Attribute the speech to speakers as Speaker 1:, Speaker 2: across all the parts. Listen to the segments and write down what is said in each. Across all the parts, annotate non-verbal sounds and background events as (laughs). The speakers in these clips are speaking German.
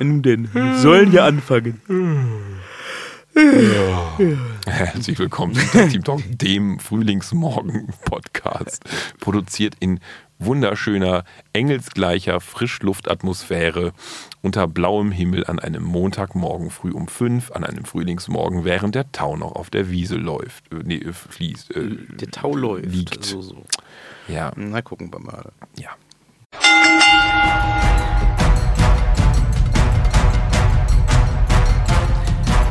Speaker 1: Nun denn, wir sollen ja anfangen.
Speaker 2: Herzlich willkommen zum Team Talk, dem Frühlingsmorgen-Podcast. Produziert in wunderschöner, engelsgleicher Frischluftatmosphäre unter blauem Himmel an einem Montagmorgen früh um fünf, an einem Frühlingsmorgen, während der Tau noch auf der Wiese läuft. Äh, nee, äh, fließt. Äh,
Speaker 3: Der Tau läuft.
Speaker 2: Liegt.
Speaker 3: So, so.
Speaker 2: ja,
Speaker 3: Na, gucken wir mal.
Speaker 2: ja.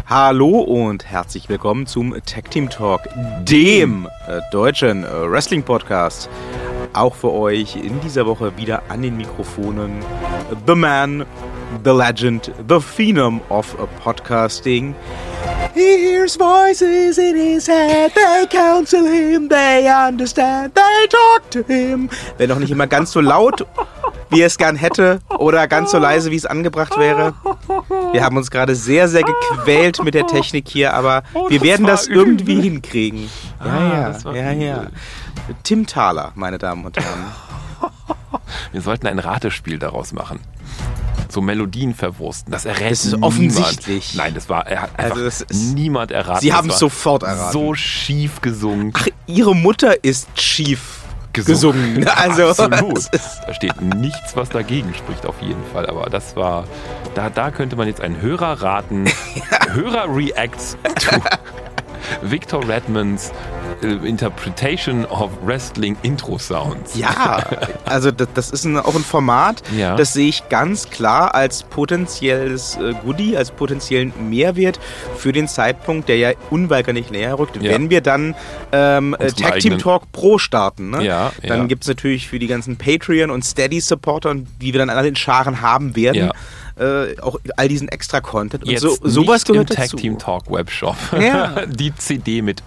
Speaker 3: Hallo und herzlich willkommen zum Tag Team Talk, dem äh, deutschen äh, Wrestling Podcast. Auch für euch in dieser Woche wieder an den Mikrofonen äh, The Man, The Legend, The Phenom of äh, Podcasting. He hears voices in his head, they counsel him, they understand, they talk to him. Wenn auch nicht immer ganz so laut, wie er es gern hätte, oder ganz so leise, wie es angebracht wäre. Wir haben uns gerade sehr, sehr gequält mit der Technik hier, aber wir werden das irgendwie hinkriegen. Ja, ja, ja, ja. Tim Thaler, meine Damen und Herren.
Speaker 2: Wir sollten ein Ratespiel daraus machen. So Melodien verwursten. Das errät
Speaker 3: Das ist
Speaker 2: niemand.
Speaker 3: offensichtlich.
Speaker 2: Nein, das war er hat einfach
Speaker 3: Also das ist-
Speaker 2: niemand erraten.
Speaker 3: Sie
Speaker 2: Das
Speaker 3: haben es
Speaker 2: war
Speaker 3: sofort erraten.
Speaker 2: So schief gesungen.
Speaker 3: Ach, ihre Mutter ist schief (laughs) gesungen. Also,
Speaker 2: Absolut.
Speaker 3: es ist-
Speaker 2: Da steht nichts, was dagegen spricht, auf jeden Fall. Aber das war. Da, da könnte man jetzt einen Hörer raten.
Speaker 3: (laughs)
Speaker 2: Hörer reacts to Victor Redmonds äh, Interpretation of Wrestling Intro Sounds.
Speaker 3: Ja, also das, das ist ein, auch ein Format,
Speaker 2: Ja.
Speaker 3: das sehe ich ganz klar als potenzielles äh, Goodie, als potenziellen Mehrwert für den Zeitpunkt, der ja unweigerlich näher rückt,
Speaker 2: Ja.
Speaker 3: wenn wir dann ähm, äh,
Speaker 2: Unseren
Speaker 3: Tag Team
Speaker 2: eigenen-
Speaker 3: Talk Pro starten. Ne?
Speaker 2: Ja,
Speaker 3: dann
Speaker 2: ja.
Speaker 3: gibt es natürlich für die ganzen Patreon- und Steady-Supporter, die wir dann alle in Scharen haben werden, äh, auch all diesen Extra-Content. Und
Speaker 2: Jetzt
Speaker 3: so, sowas
Speaker 2: nicht
Speaker 3: gehört
Speaker 2: im
Speaker 3: dazu.
Speaker 2: Tag Team Talk Webshop.
Speaker 3: (laughs) Ja.
Speaker 2: (laughs) Die CD mit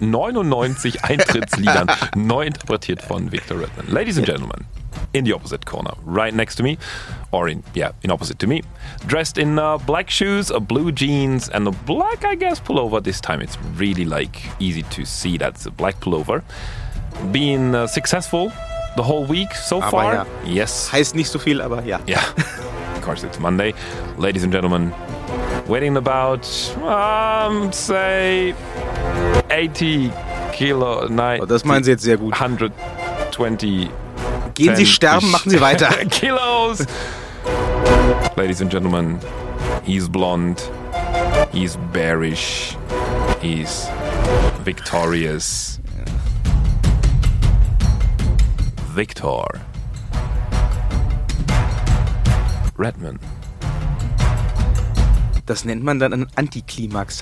Speaker 3: (laughs)
Speaker 2: 99 Eintrittsliedern, neu interpretiert von Victor Redman. Ladies and Gentlemen, in the opposite corner, right next to me, or in, yeah, in opposite to me, dressed in uh, black shoes, uh, blue jeans, and a black, I guess, pullover. This time it's really like easy to see that's a black pullover. Being uh, successful the whole week so
Speaker 3: Aber
Speaker 2: far.
Speaker 3: ja.
Speaker 2: Yes.
Speaker 3: Heißt nicht so viel, aber ja.
Speaker 2: Yeah, of course it's Monday. Ladies and gentlemen, waiting about, um, say, 80 kilo,
Speaker 3: Und das meinen Sie jetzt sehr gut.
Speaker 2: 120
Speaker 3: Gehen Sie
Speaker 2: 10
Speaker 3: sterben, machen Sie
Speaker 2: (laughs)
Speaker 3: weiter.
Speaker 2: kilos. Ladies and gentlemen, he's blonde, he's bearish, he's victorious. Victor. Redman.
Speaker 3: Das nennt man dann einen Antiklimax.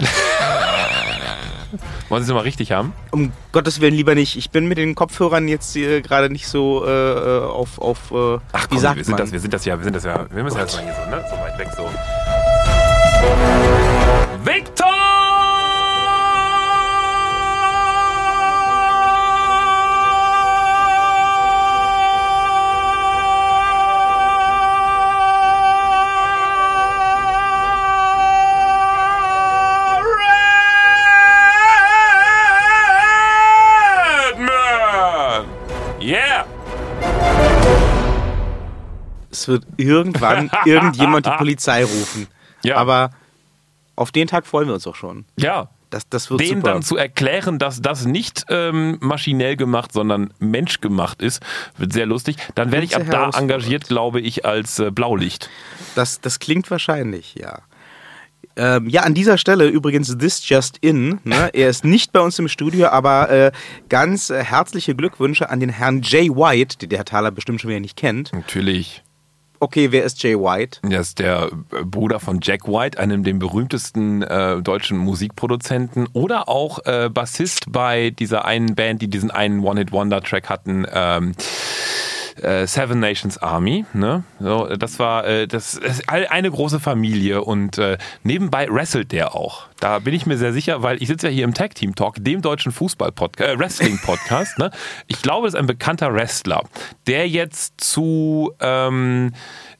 Speaker 2: Wollen Sie es mal richtig haben?
Speaker 3: Um Gottes Willen lieber nicht. Ich bin mit den Kopfhörern jetzt hier gerade nicht so äh, auf, auf äh, wie sagt
Speaker 2: wir sind
Speaker 3: man?
Speaker 2: das, wir sind das ja, wir sind das ja. Wir müssen jetzt mal hier so, ne? So weit weg so. Victor! Redman! Yeah!
Speaker 3: es wird
Speaker 2: (laughs)
Speaker 3: irgendwann irgendjemand die Polizei rufen.
Speaker 2: Ja.
Speaker 3: Aber auf den Tag freuen wir uns auch schon.
Speaker 2: Ja,
Speaker 3: Das, das wird
Speaker 2: denen
Speaker 3: super.
Speaker 2: dann zu erklären, dass das nicht ähm, maschinell gemacht, sondern menschgemacht ist, wird sehr lustig. Dann werde ich ab
Speaker 3: Sehr
Speaker 2: da
Speaker 3: herausfordernd.
Speaker 2: engagiert, glaube ich, als äh, Blaulicht.
Speaker 3: Das, das klingt wahrscheinlich, ja. Ähm, ja, an dieser Stelle übrigens This Just In. Ne? Er ist nicht bei uns im Studio, aber äh, ganz äh, herzliche Glückwünsche an den Herrn Jay White, den der Herr Thaler bestimmt schon wieder nicht kennt.
Speaker 2: Natürlich.
Speaker 3: Okay, wer ist Jay White?
Speaker 2: Er ist der äh, Bruder von Jack White, einem dem berühmtesten äh, deutschen Musikproduzenten oder auch äh, Bassist bei dieser einen Band, die diesen einen One-Hit-Wonder-Track hatten. Ähm, äh, Seven Nations Army. Ne? So, das war äh, das ist all- eine große Familie und äh, nebenbei wrestelt der auch. Da bin ich mir sehr sicher, weil ich sitze ja hier im Tag Team Talk, dem deutschen Fußball-Podcast, äh, Wrestling-Podcast. ne? Ich glaube, das ist ein bekannter Wrestler, der jetzt zu ähm, äh,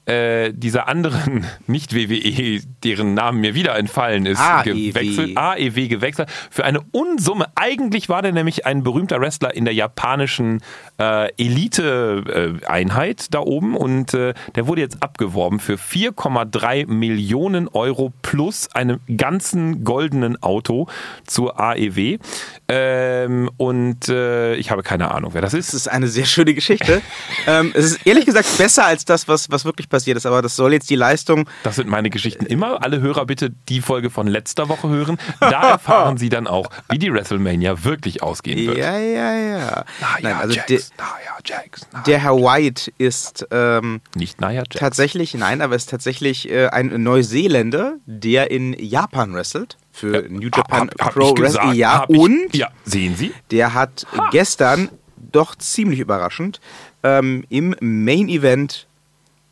Speaker 2: äh, dieser anderen, (laughs) nicht WWE, deren Namen mir wieder entfallen ist,
Speaker 3: AEW.
Speaker 2: gewechselt, AEW E gewechselt, für eine Unsumme. Eigentlich war der nämlich ein berühmter Wrestler in der japanischen äh, Elite-Einheit da oben und äh, der wurde jetzt abgeworben für 4,3 Millionen Euro plus einem ganzen goldenen Auto zur AEW. Ähm, und äh, ich habe keine Ahnung, wer das ist.
Speaker 3: Das ist eine sehr schöne
Speaker 2: (laughs)
Speaker 3: Geschichte. ähm, es ist ehrlich gesagt besser als das, was, was wirklich passiert ist. Aber das soll jetzt die Leistung.
Speaker 2: Das sind meine Geschichten immer. Alle Hörer bitte die Folge von letzter Woche hören.
Speaker 3: (laughs)
Speaker 2: Da erfahren sie dann auch, wie die WrestleMania wirklich ausgehen wird.
Speaker 3: Ja,
Speaker 2: Ah,
Speaker 3: ja, ja. Nein, also der,
Speaker 2: Jax, Nia Jax, Nia-
Speaker 3: der Herr White ist ähm,
Speaker 2: Nicht Nia Jax.
Speaker 3: tatsächlich, nein, aber ist tatsächlich äh, ein Neuseeländer, der in Japan wrestelt. Für New Japan
Speaker 2: hab, hab
Speaker 3: Pro
Speaker 2: ich gesagt,
Speaker 3: Wrestling. Ja,
Speaker 2: hab ich,
Speaker 3: und
Speaker 2: Ja, sehen Sie?
Speaker 3: Der hat gestern, doch ziemlich überraschend, ähm, im Main Event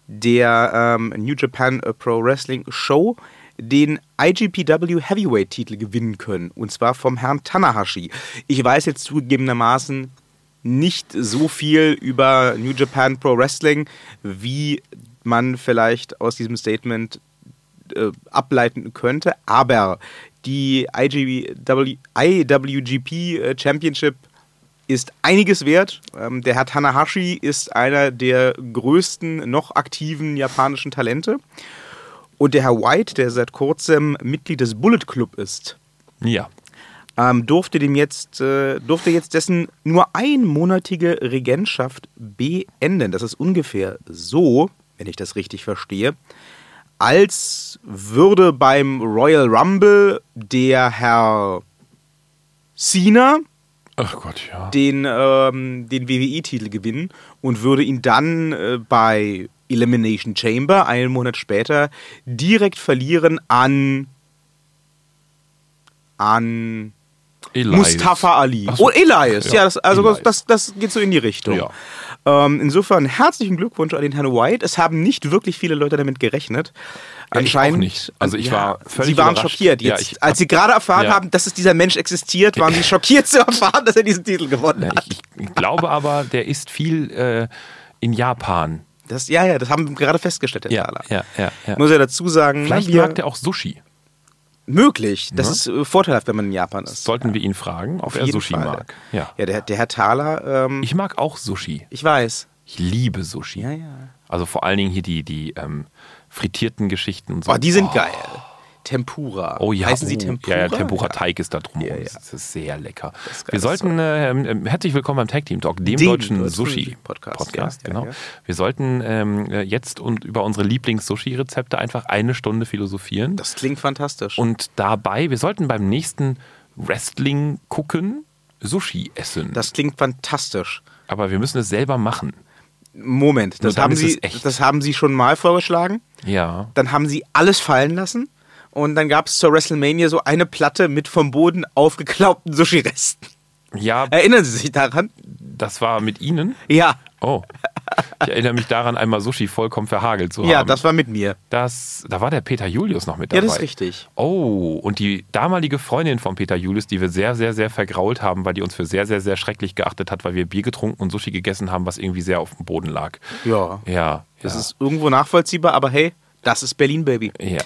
Speaker 3: der ähm, New Japan Pro Wrestling Show den IGPW Heavyweight Titel gewinnen können. Und zwar vom Herrn Tanahashi. Ich weiß jetzt zugegebenermaßen nicht so viel über New Japan Pro Wrestling, wie man vielleicht aus diesem Statement äh, ableiten könnte, aber die IGW, IWGP äh, Championship ist einiges wert. Ähm, der Herr Tanahashi ist einer der größten noch aktiven japanischen Talente. Und der Herr White, der seit kurzem Mitglied des Bullet Club ist,
Speaker 2: Ja.
Speaker 3: ähm, durfte, dem jetzt, äh, durfte jetzt dessen nur einmonatige Regentschaft beenden. Das ist ungefähr so, wenn ich das richtig verstehe, als würde beim Royal Rumble der Herr Cena
Speaker 2: Ach Gott, ja.
Speaker 3: den, ähm, den WWE-Titel gewinnen und würde ihn dann äh, bei Elimination Chamber einen Monat später direkt verlieren an an
Speaker 2: Elias.
Speaker 3: Mustafa Ali.
Speaker 2: Ach so.
Speaker 3: Oh, Elias. Ja,
Speaker 2: Ja,
Speaker 3: das, also
Speaker 2: Elias.
Speaker 3: Das, das geht so in die Richtung.
Speaker 2: Ja.
Speaker 3: Ähm, insofern herzlichen Glückwunsch an den Herrn White. Es haben nicht wirklich viele Leute damit gerechnet.
Speaker 2: Ja, ich
Speaker 3: Anscheinend
Speaker 2: auch nicht. Also ich war völlig
Speaker 3: Sie waren
Speaker 2: überrascht.
Speaker 3: schockiert.
Speaker 2: Ja,
Speaker 3: Jetzt,
Speaker 2: ich-
Speaker 3: als sie gerade erfahren
Speaker 2: Ja.
Speaker 3: haben, dass es dieser Mensch existiert,
Speaker 2: (laughs)
Speaker 3: waren sie schockiert zu erfahren, dass er diesen Titel gewonnen
Speaker 2: (laughs) Ja,
Speaker 3: hat.
Speaker 2: Ich, ich glaube aber, der ist viel äh, in Japan.
Speaker 3: Das, ja, ja, das haben wir gerade festgestellt, Herr
Speaker 2: Ja,
Speaker 3: Thaler.
Speaker 2: ja, ja. ja.
Speaker 3: Muss ja dazu sagen,
Speaker 2: Vielleicht
Speaker 3: na, wir,
Speaker 2: mag der Ne? auch Sushi.
Speaker 3: möglich. Das ist äh, vorteilhaft, wenn man in Japan ist.
Speaker 2: Sollten wir ihn fragen, ob
Speaker 3: Auf
Speaker 2: er
Speaker 3: jeden
Speaker 2: Sushi
Speaker 3: Fall.
Speaker 2: mag. Ja.
Speaker 3: ja der, der Herr Thaler, ähm,
Speaker 2: Ich mag auch Sushi.
Speaker 3: ich weiß.
Speaker 2: Ich liebe Sushi.
Speaker 3: Ja, ja.
Speaker 2: Also vor allen Dingen hier die, die ähm, frittierten Geschichten und so.
Speaker 3: Oh, die sind geil. Tempura.
Speaker 2: Oh ja,
Speaker 3: Heißen sie
Speaker 2: oh,
Speaker 3: Tempura?
Speaker 2: Ja, ja Tempura-Teig ist da drum.
Speaker 3: Ja, ja.
Speaker 2: Das ist sehr lecker.
Speaker 3: geil,
Speaker 2: Wir
Speaker 3: das ist
Speaker 2: sollten, äh, ähm, herzlich willkommen beim Tag Team Talk, dem,
Speaker 3: Dem
Speaker 2: deutschen
Speaker 3: deutschen
Speaker 2: Sushi-Podcast.
Speaker 3: Podcast,
Speaker 2: Podcast,
Speaker 3: ja, ja,
Speaker 2: genau.
Speaker 3: ja.
Speaker 2: Wir sollten ähm, äh, jetzt und über unsere Lieblings-Sushi-Rezepte einfach eine Stunde philosophieren.
Speaker 3: Das klingt fantastisch.
Speaker 2: und dabei, wir sollten beim nächsten Wrestling gucken, Sushi essen.
Speaker 3: das klingt fantastisch.
Speaker 2: Aber wir müssen es selber machen.
Speaker 3: Moment, das
Speaker 2: dann
Speaker 3: haben,
Speaker 2: ist
Speaker 3: sie,
Speaker 2: es echt.
Speaker 3: das haben Sie schon mal vorgeschlagen.
Speaker 2: Ja.
Speaker 3: Dann haben Sie alles fallen lassen. Und dann gab es zur WrestleMania so eine Platte mit vom Boden aufgeklaubten Sushi-Resten. (laughs)
Speaker 2: Ja,
Speaker 3: Erinnern Sie sich daran?
Speaker 2: das war mit Ihnen.
Speaker 3: Ja,
Speaker 2: Oh. Ich erinnere mich daran, einmal Sushi vollkommen verhagelt zu
Speaker 3: ja,
Speaker 2: haben.
Speaker 3: das war mit mir.
Speaker 2: Das, Ähm, da war der Peter Julius noch mit dabei.
Speaker 3: Ja, das ist richtig.
Speaker 2: Oh, und die damalige Freundin von Peter Julius, die wir sehr, sehr, sehr vergrault haben, weil die uns für sehr, sehr, sehr schrecklich geachtet hat, weil wir Bier getrunken und Sushi gegessen haben, was irgendwie sehr auf dem Boden lag.
Speaker 3: Ja.
Speaker 2: Ja.
Speaker 3: Das
Speaker 2: ja.
Speaker 3: ist irgendwo nachvollziehbar, aber hey, das ist Berlin, Baby. (laughs)
Speaker 2: Ja,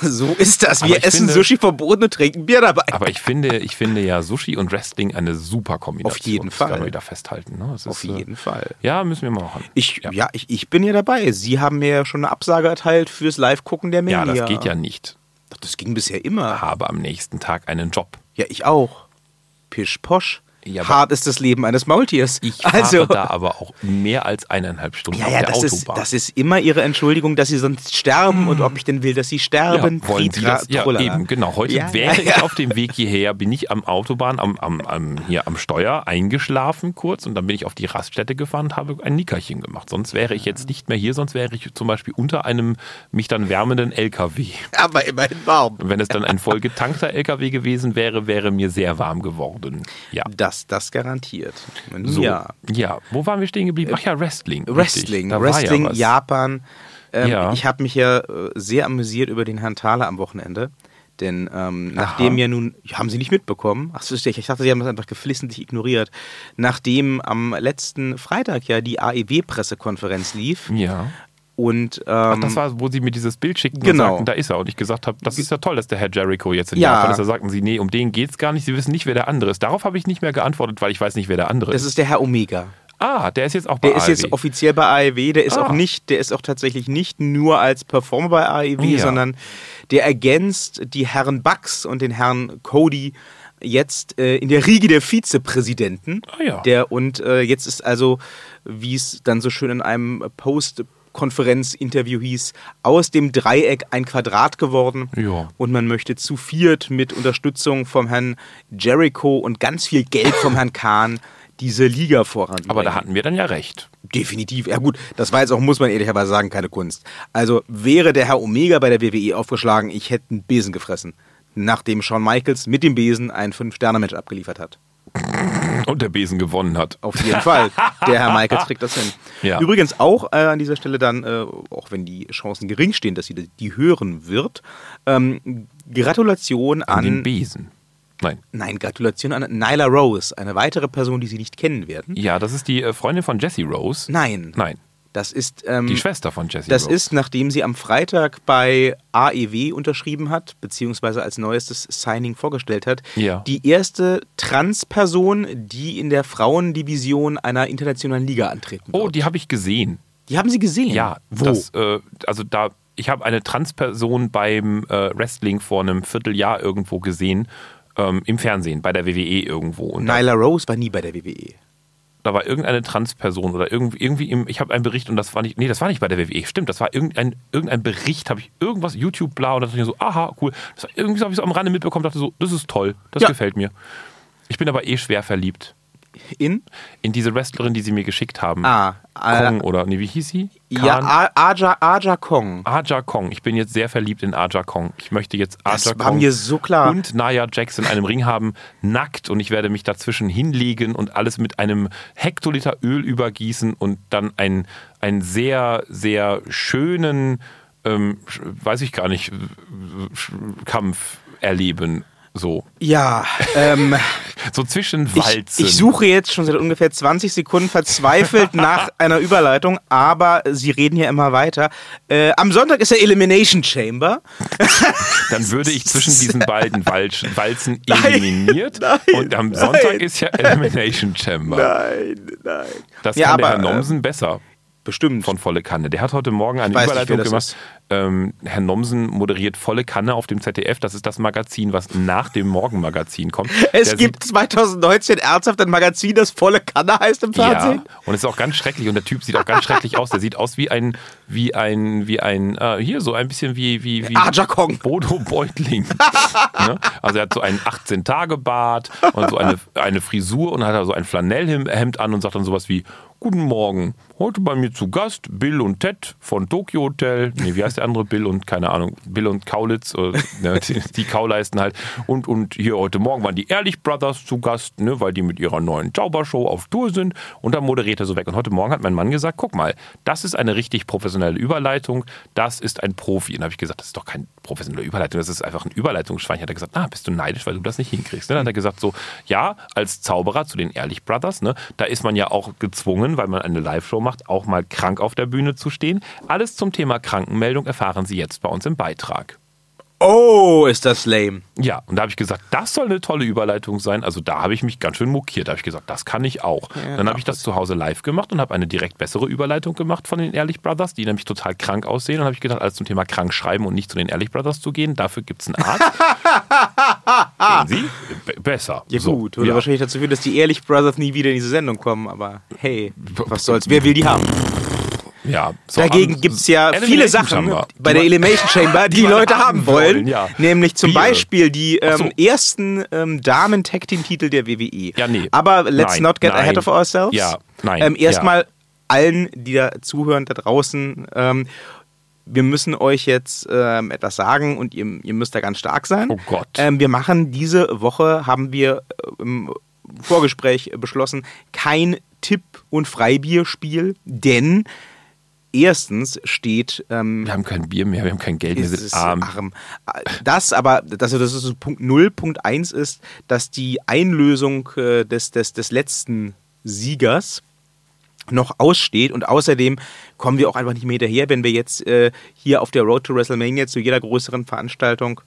Speaker 3: So ist das.
Speaker 2: Aber
Speaker 3: Wir
Speaker 2: ich
Speaker 3: essen
Speaker 2: finde-
Speaker 3: Sushi verboten und trinken Bier dabei.
Speaker 2: aber ich finde, ich finde ja Sushi und Wrestling eine super Kombination.
Speaker 3: Auf jeden
Speaker 2: Das kann
Speaker 3: Fall.
Speaker 2: man wieder festhalten. Ne? Das
Speaker 3: Auf
Speaker 2: ist, äh,
Speaker 3: jeden Fall.
Speaker 2: Ja, müssen wir mal machen.
Speaker 3: Ich, ja, ich, ich bin ja dabei. Sie haben mir ja schon eine Absage erteilt fürs Live-Gucken der Mania.
Speaker 2: ja, das geht ja nicht.
Speaker 3: Doch, Das ging bisher immer.
Speaker 2: Habe am nächsten Tag einen Job.
Speaker 3: Ja, ich auch. Pisch posch.
Speaker 2: Ja, aber-
Speaker 3: Hart ist das Leben eines Maultiers.
Speaker 2: Ich fahre
Speaker 3: also,
Speaker 2: da aber auch mehr als eineinhalb Stunden
Speaker 3: ja,
Speaker 2: auf
Speaker 3: ja,
Speaker 2: der
Speaker 3: das ist,
Speaker 2: Autobahn.
Speaker 3: das ist immer ihre Entschuldigung, dass sie sonst sterben und ob ich denn will, dass sie sterben.
Speaker 2: Ja, wollen Sie
Speaker 3: Tritra,
Speaker 2: das? Ja,
Speaker 3: Trollala.
Speaker 2: eben, genau. Heute
Speaker 3: Ja,
Speaker 2: wäre
Speaker 3: ja, (laughs)
Speaker 2: ich auf dem Weg hierher, bin ich am Autobahn, am, am, am, hier am Steuer eingeschlafen kurz und dann bin ich auf die Raststätte gefahren und habe ein Nickerchen gemacht. Sonst wäre ich jetzt nicht mehr hier, sonst wäre ich zum Beispiel unter einem mich dann wärmenden LKW.
Speaker 3: Aber immerhin warm.
Speaker 2: Und wenn es dann ein vollgetankter LKW gewesen wäre, wäre mir sehr warm geworden. Ja.
Speaker 3: Das, das garantiert.
Speaker 2: So.
Speaker 3: Ja.
Speaker 2: ja. Wo waren wir stehen geblieben? Ach ja, Wrestling. Richtig.
Speaker 3: Wrestling,
Speaker 2: Da war
Speaker 3: Wrestling,
Speaker 2: ja, was.
Speaker 3: Japan. Ähm,
Speaker 2: Ja.
Speaker 3: Ich habe mich ja äh, sehr amüsiert über den Herrn Thaler am Wochenende. Denn ähm, nachdem ja nun, ja, haben Sie nicht mitbekommen, ach so, ich ich dachte, Sie haben das einfach geflissentlich ignoriert, nachdem am letzten Freitag ja die AEW-Pressekonferenz E lief,
Speaker 2: Ja.
Speaker 3: Und ähm,
Speaker 2: Ach, das war, wo sie mir dieses Bild schickten
Speaker 3: Genau.
Speaker 2: und sagten, da ist er. Und ich gesagt habe, das ist ja toll, dass der Herr Jericho jetzt in
Speaker 3: Ja.
Speaker 2: Japan ist. Da sagten sie, nee, um den geht's gar nicht. Sie wissen nicht, wer der andere ist. Darauf habe ich nicht mehr geantwortet, weil ich weiß nicht, wer der andere
Speaker 3: das
Speaker 2: ist.
Speaker 3: ist der Herr Omega.
Speaker 2: Ah, der ist jetzt auch bei
Speaker 3: Der ist jetzt
Speaker 2: ARD.
Speaker 3: offiziell bei AEW, der ist
Speaker 2: Ah.
Speaker 3: auch nicht, der ist auch tatsächlich nicht nur als Performer bei AEW,
Speaker 2: Ja.
Speaker 3: sondern der ergänzt die Herren Bucks und den Herrn Cody jetzt äh, in der Riege der Vizepräsidenten.
Speaker 2: Ah ja.
Speaker 3: Der und äh, jetzt ist also, wie es dann so schön in einem Post Konferenz-Interview hieß, aus dem Dreieck ein Quadrat geworden
Speaker 2: Ja.
Speaker 3: und man möchte zu viert mit Unterstützung vom Herrn Jericho und ganz viel Geld vom Herrn Kahn diese Liga voranbringen.
Speaker 2: Aber da hatten wir dann ja recht.
Speaker 3: Definitiv. Ja gut, das war jetzt auch, muss man ehrlicherweise sagen, keine Kunst. Also wäre der Herr Omega bei der WWE aufgeschlagen, ich hätte einen Besen gefressen. Nachdem Shawn Michaels mit dem Besen ein Fünf-Sterne-Match abgeliefert hat.
Speaker 2: Und der Besen gewonnen hat.
Speaker 3: Auf jeden Fall. Der Herr Michaels kriegt das hin.
Speaker 2: Ja.
Speaker 3: Übrigens auch äh, an dieser Stelle dann, äh, auch wenn die Chancen gering stehen, dass sie die- die hören wird, ähm, Gratulation
Speaker 2: An
Speaker 3: an
Speaker 2: den Besen. Nein.
Speaker 3: Nein, Gratulation an Nyla Rose, eine weitere Person, die Sie nicht kennen werden.
Speaker 2: Ja, das ist die äh, Freundin von Jesse Rose.
Speaker 3: Nein.
Speaker 2: Nein.
Speaker 3: Das ist. Ähm,
Speaker 2: Die Schwester von Jesse
Speaker 3: Das
Speaker 2: Rose.
Speaker 3: ist, nachdem sie am Freitag bei AEW unterschrieben hat, beziehungsweise als neuestes Signing vorgestellt hat,
Speaker 2: Ja.
Speaker 3: die erste Transperson, die in der Frauendivision einer internationalen Liga antreten
Speaker 2: Oh,
Speaker 3: wird.
Speaker 2: die habe ich gesehen.
Speaker 3: Die haben sie gesehen.
Speaker 2: Ja,
Speaker 3: wo?
Speaker 2: Das, äh, also da, ich habe eine Transperson beim äh, Wrestling vor einem Vierteljahr irgendwo gesehen. Ähm, Im Fernsehen, bei der WWE irgendwo. Und da,
Speaker 3: Nyla Rose war nie bei der E. WWE.
Speaker 2: da war irgendeine Transperson oder irgendwie, irgendwie im, ich habe einen Bericht und das war nicht, nee, das war nicht bei der WWE, stimmt, das war irgendein, irgendein Bericht, habe ich irgendwas, YouTube, bla, und da dachte ich mir so, aha, cool. Das war, irgendwie habe ich so am Rande mitbekommen, dachte so, das ist toll, das
Speaker 3: Ja.
Speaker 2: gefällt mir. Ich bin aber eh schwer verliebt
Speaker 3: In?
Speaker 2: in diese Wrestlerin, die sie mir geschickt haben.
Speaker 3: Ah, äh,
Speaker 2: Kong oder, nee, wie hieß sie?
Speaker 3: Ja, A- Aja, Aja Kong.
Speaker 2: Aja Kong. Ich bin jetzt sehr verliebt in Aja Kong. Ich möchte jetzt Aja
Speaker 3: Das
Speaker 2: Kong
Speaker 3: war mir so klar.
Speaker 2: und Naya Jax in einem Ring haben, nackt und ich werde mich dazwischen hinlegen und alles mit einem Hektoliter Öl übergießen und dann einen, einen sehr, sehr schönen, ähm, sch- weiß ich gar nicht, äh, sch- Kampf erleben. So,
Speaker 3: Ja, (laughs) ähm,
Speaker 2: so zwischen
Speaker 3: ich,
Speaker 2: Walzen.
Speaker 3: ich suche jetzt schon seit ungefähr 20 Sekunden (laughs) verzweifelt nach einer Überleitung, aber Sie reden ja immer weiter. Äh, am Sonntag ist der Elimination Chamber.
Speaker 2: dann würde ich zwischen diesen beiden Walzen, Walzen
Speaker 3: (laughs)
Speaker 2: eliminiert
Speaker 3: nein,
Speaker 2: und am Sonntag
Speaker 3: nein.
Speaker 2: ist ja Elimination Chamber.
Speaker 3: Nein, nein.
Speaker 2: Das
Speaker 3: Ja,
Speaker 2: kann der
Speaker 3: aber, äh,
Speaker 2: Herr Nomsen besser
Speaker 3: Bestimmt.
Speaker 2: von Volle Kanne. Der hat heute Morgen eine
Speaker 3: weiß nicht,
Speaker 2: Überleitung
Speaker 3: wer das
Speaker 2: gemacht.
Speaker 3: ist.
Speaker 2: Ähm, Herr Nomsen moderiert Volle Kanne auf dem ZDF. Das ist das Magazin, was nach dem Morgenmagazin kommt.
Speaker 3: (laughs) es
Speaker 2: Der
Speaker 3: gibt 2019 ernsthaft ein Magazin, das volle Kanne heißt im
Speaker 2: sieht-
Speaker 3: Fernsehen.
Speaker 2: Ja, und es ist auch ganz schrecklich. Und der Typ sieht auch ganz schrecklich aus. Der sieht aus wie ein, wie ein, wie ein, äh, hier so ein bisschen wie, wie, wie
Speaker 3: Arja Kong.
Speaker 2: Bodo Beutling. ne? Also er hat so einen 18-Tage-Bart und so eine, eine Frisur und hat da so ein Flanellhemd an und sagt dann sowas wie, Guten Morgen, heute bei mir zu Gast Bill und Ted von Tokyo Hotel. Nee, wie heißt der andere? Bill und, keine Ahnung, Bill und Kaulitz, äh, ne, die, die Kauleisten halt. Und, und hier heute Morgen waren die Ehrlich Brothers zu Gast, ne, weil die mit ihrer neuen Zaubershow auf Tour sind. Und dann moderiert er so weg. Und heute Morgen hat mein Mann gesagt, guck mal, das ist eine richtig professionelle Überleitung, das ist ein Profi. Und dann habe ich gesagt, das ist doch keine professionelle Überleitung, das ist einfach ein Überleitungsschwein. Hat er gesagt, na, bist du neidisch, weil du das nicht hinkriegst. Ne? Dann hat er gesagt, so, ja, als Zauberer zu den Ehrlich Brothers, ne, da ist man ja auch gezwungen, weil man eine Live-Show macht, auch mal krank auf der Bühne zu stehen. Alles zum Thema Krankenmeldung erfahren Sie jetzt bei uns im Beitrag.
Speaker 3: Oh, ist das lame.
Speaker 2: Ja, und da habe ich gesagt, das soll eine tolle Überleitung sein. Also da habe ich mich ganz schön mokiert. Da habe ich gesagt, das kann ich auch. dann habe ich das zu Hause live gemacht und habe eine direkt bessere Überleitung gemacht von den Ehrlich Brothers, die nämlich total krank aussehen. Und habe ich gedacht, alles zum Thema krank schreiben und nicht zu den Ehrlich Brothers zu gehen, dafür gibt es einen
Speaker 3: (laughs)
Speaker 2: Arzt. Sehen Sie? Be- besser.
Speaker 3: Ja
Speaker 2: So,
Speaker 3: gut, würde wahrscheinlich dazu führen, dass die Ehrlich Brothers nie wieder in diese Sendung kommen, aber hey, was soll's, wer will die haben?
Speaker 2: ja. So,
Speaker 3: Dagegen
Speaker 2: am-
Speaker 3: gibt es ja
Speaker 2: Elimination
Speaker 3: viele Sachen
Speaker 2: Chamber.
Speaker 3: bei der
Speaker 2: (laughs)
Speaker 3: Elimination Chamber, die, Leute haben wollen.
Speaker 2: ja.
Speaker 3: Nämlich zum
Speaker 2: Bier.
Speaker 3: Beispiel die ähm,
Speaker 2: Ach so.
Speaker 3: ersten ähm, Damen-Tag-Team-Titel der WWE.
Speaker 2: Ja, nee.
Speaker 3: Aber let's
Speaker 2: Nein,
Speaker 3: not get
Speaker 2: nein.
Speaker 3: ahead of ourselves.
Speaker 2: Ja, nein,
Speaker 3: Ähm,
Speaker 2: ja.
Speaker 3: Erstmal allen, die da zuhören, da draußen, ähm, wir müssen euch jetzt ähm, etwas sagen und ihr, ihr müsst da ganz stark sein.
Speaker 2: Oh Gott.
Speaker 3: Ähm, wir machen diese Woche, haben wir äh, im Vorgespräch beschlossen, kein Tipp- und Freibierspiel, denn erstens steht. Ähm,
Speaker 2: wir haben kein Bier mehr, wir haben kein Geld, wir
Speaker 3: es
Speaker 2: sind
Speaker 3: ist
Speaker 2: arm.
Speaker 3: arm. Das aber, das, das ist so Punkt 0, Punkt 1 ist, dass die Einlösung äh, des, des, des letzten Siegers noch aussteht. Und außerdem kommen wir auch einfach nicht mehr hinterher, wenn wir jetzt äh, hier auf der Road to WrestleMania zu jeder größeren Veranstaltung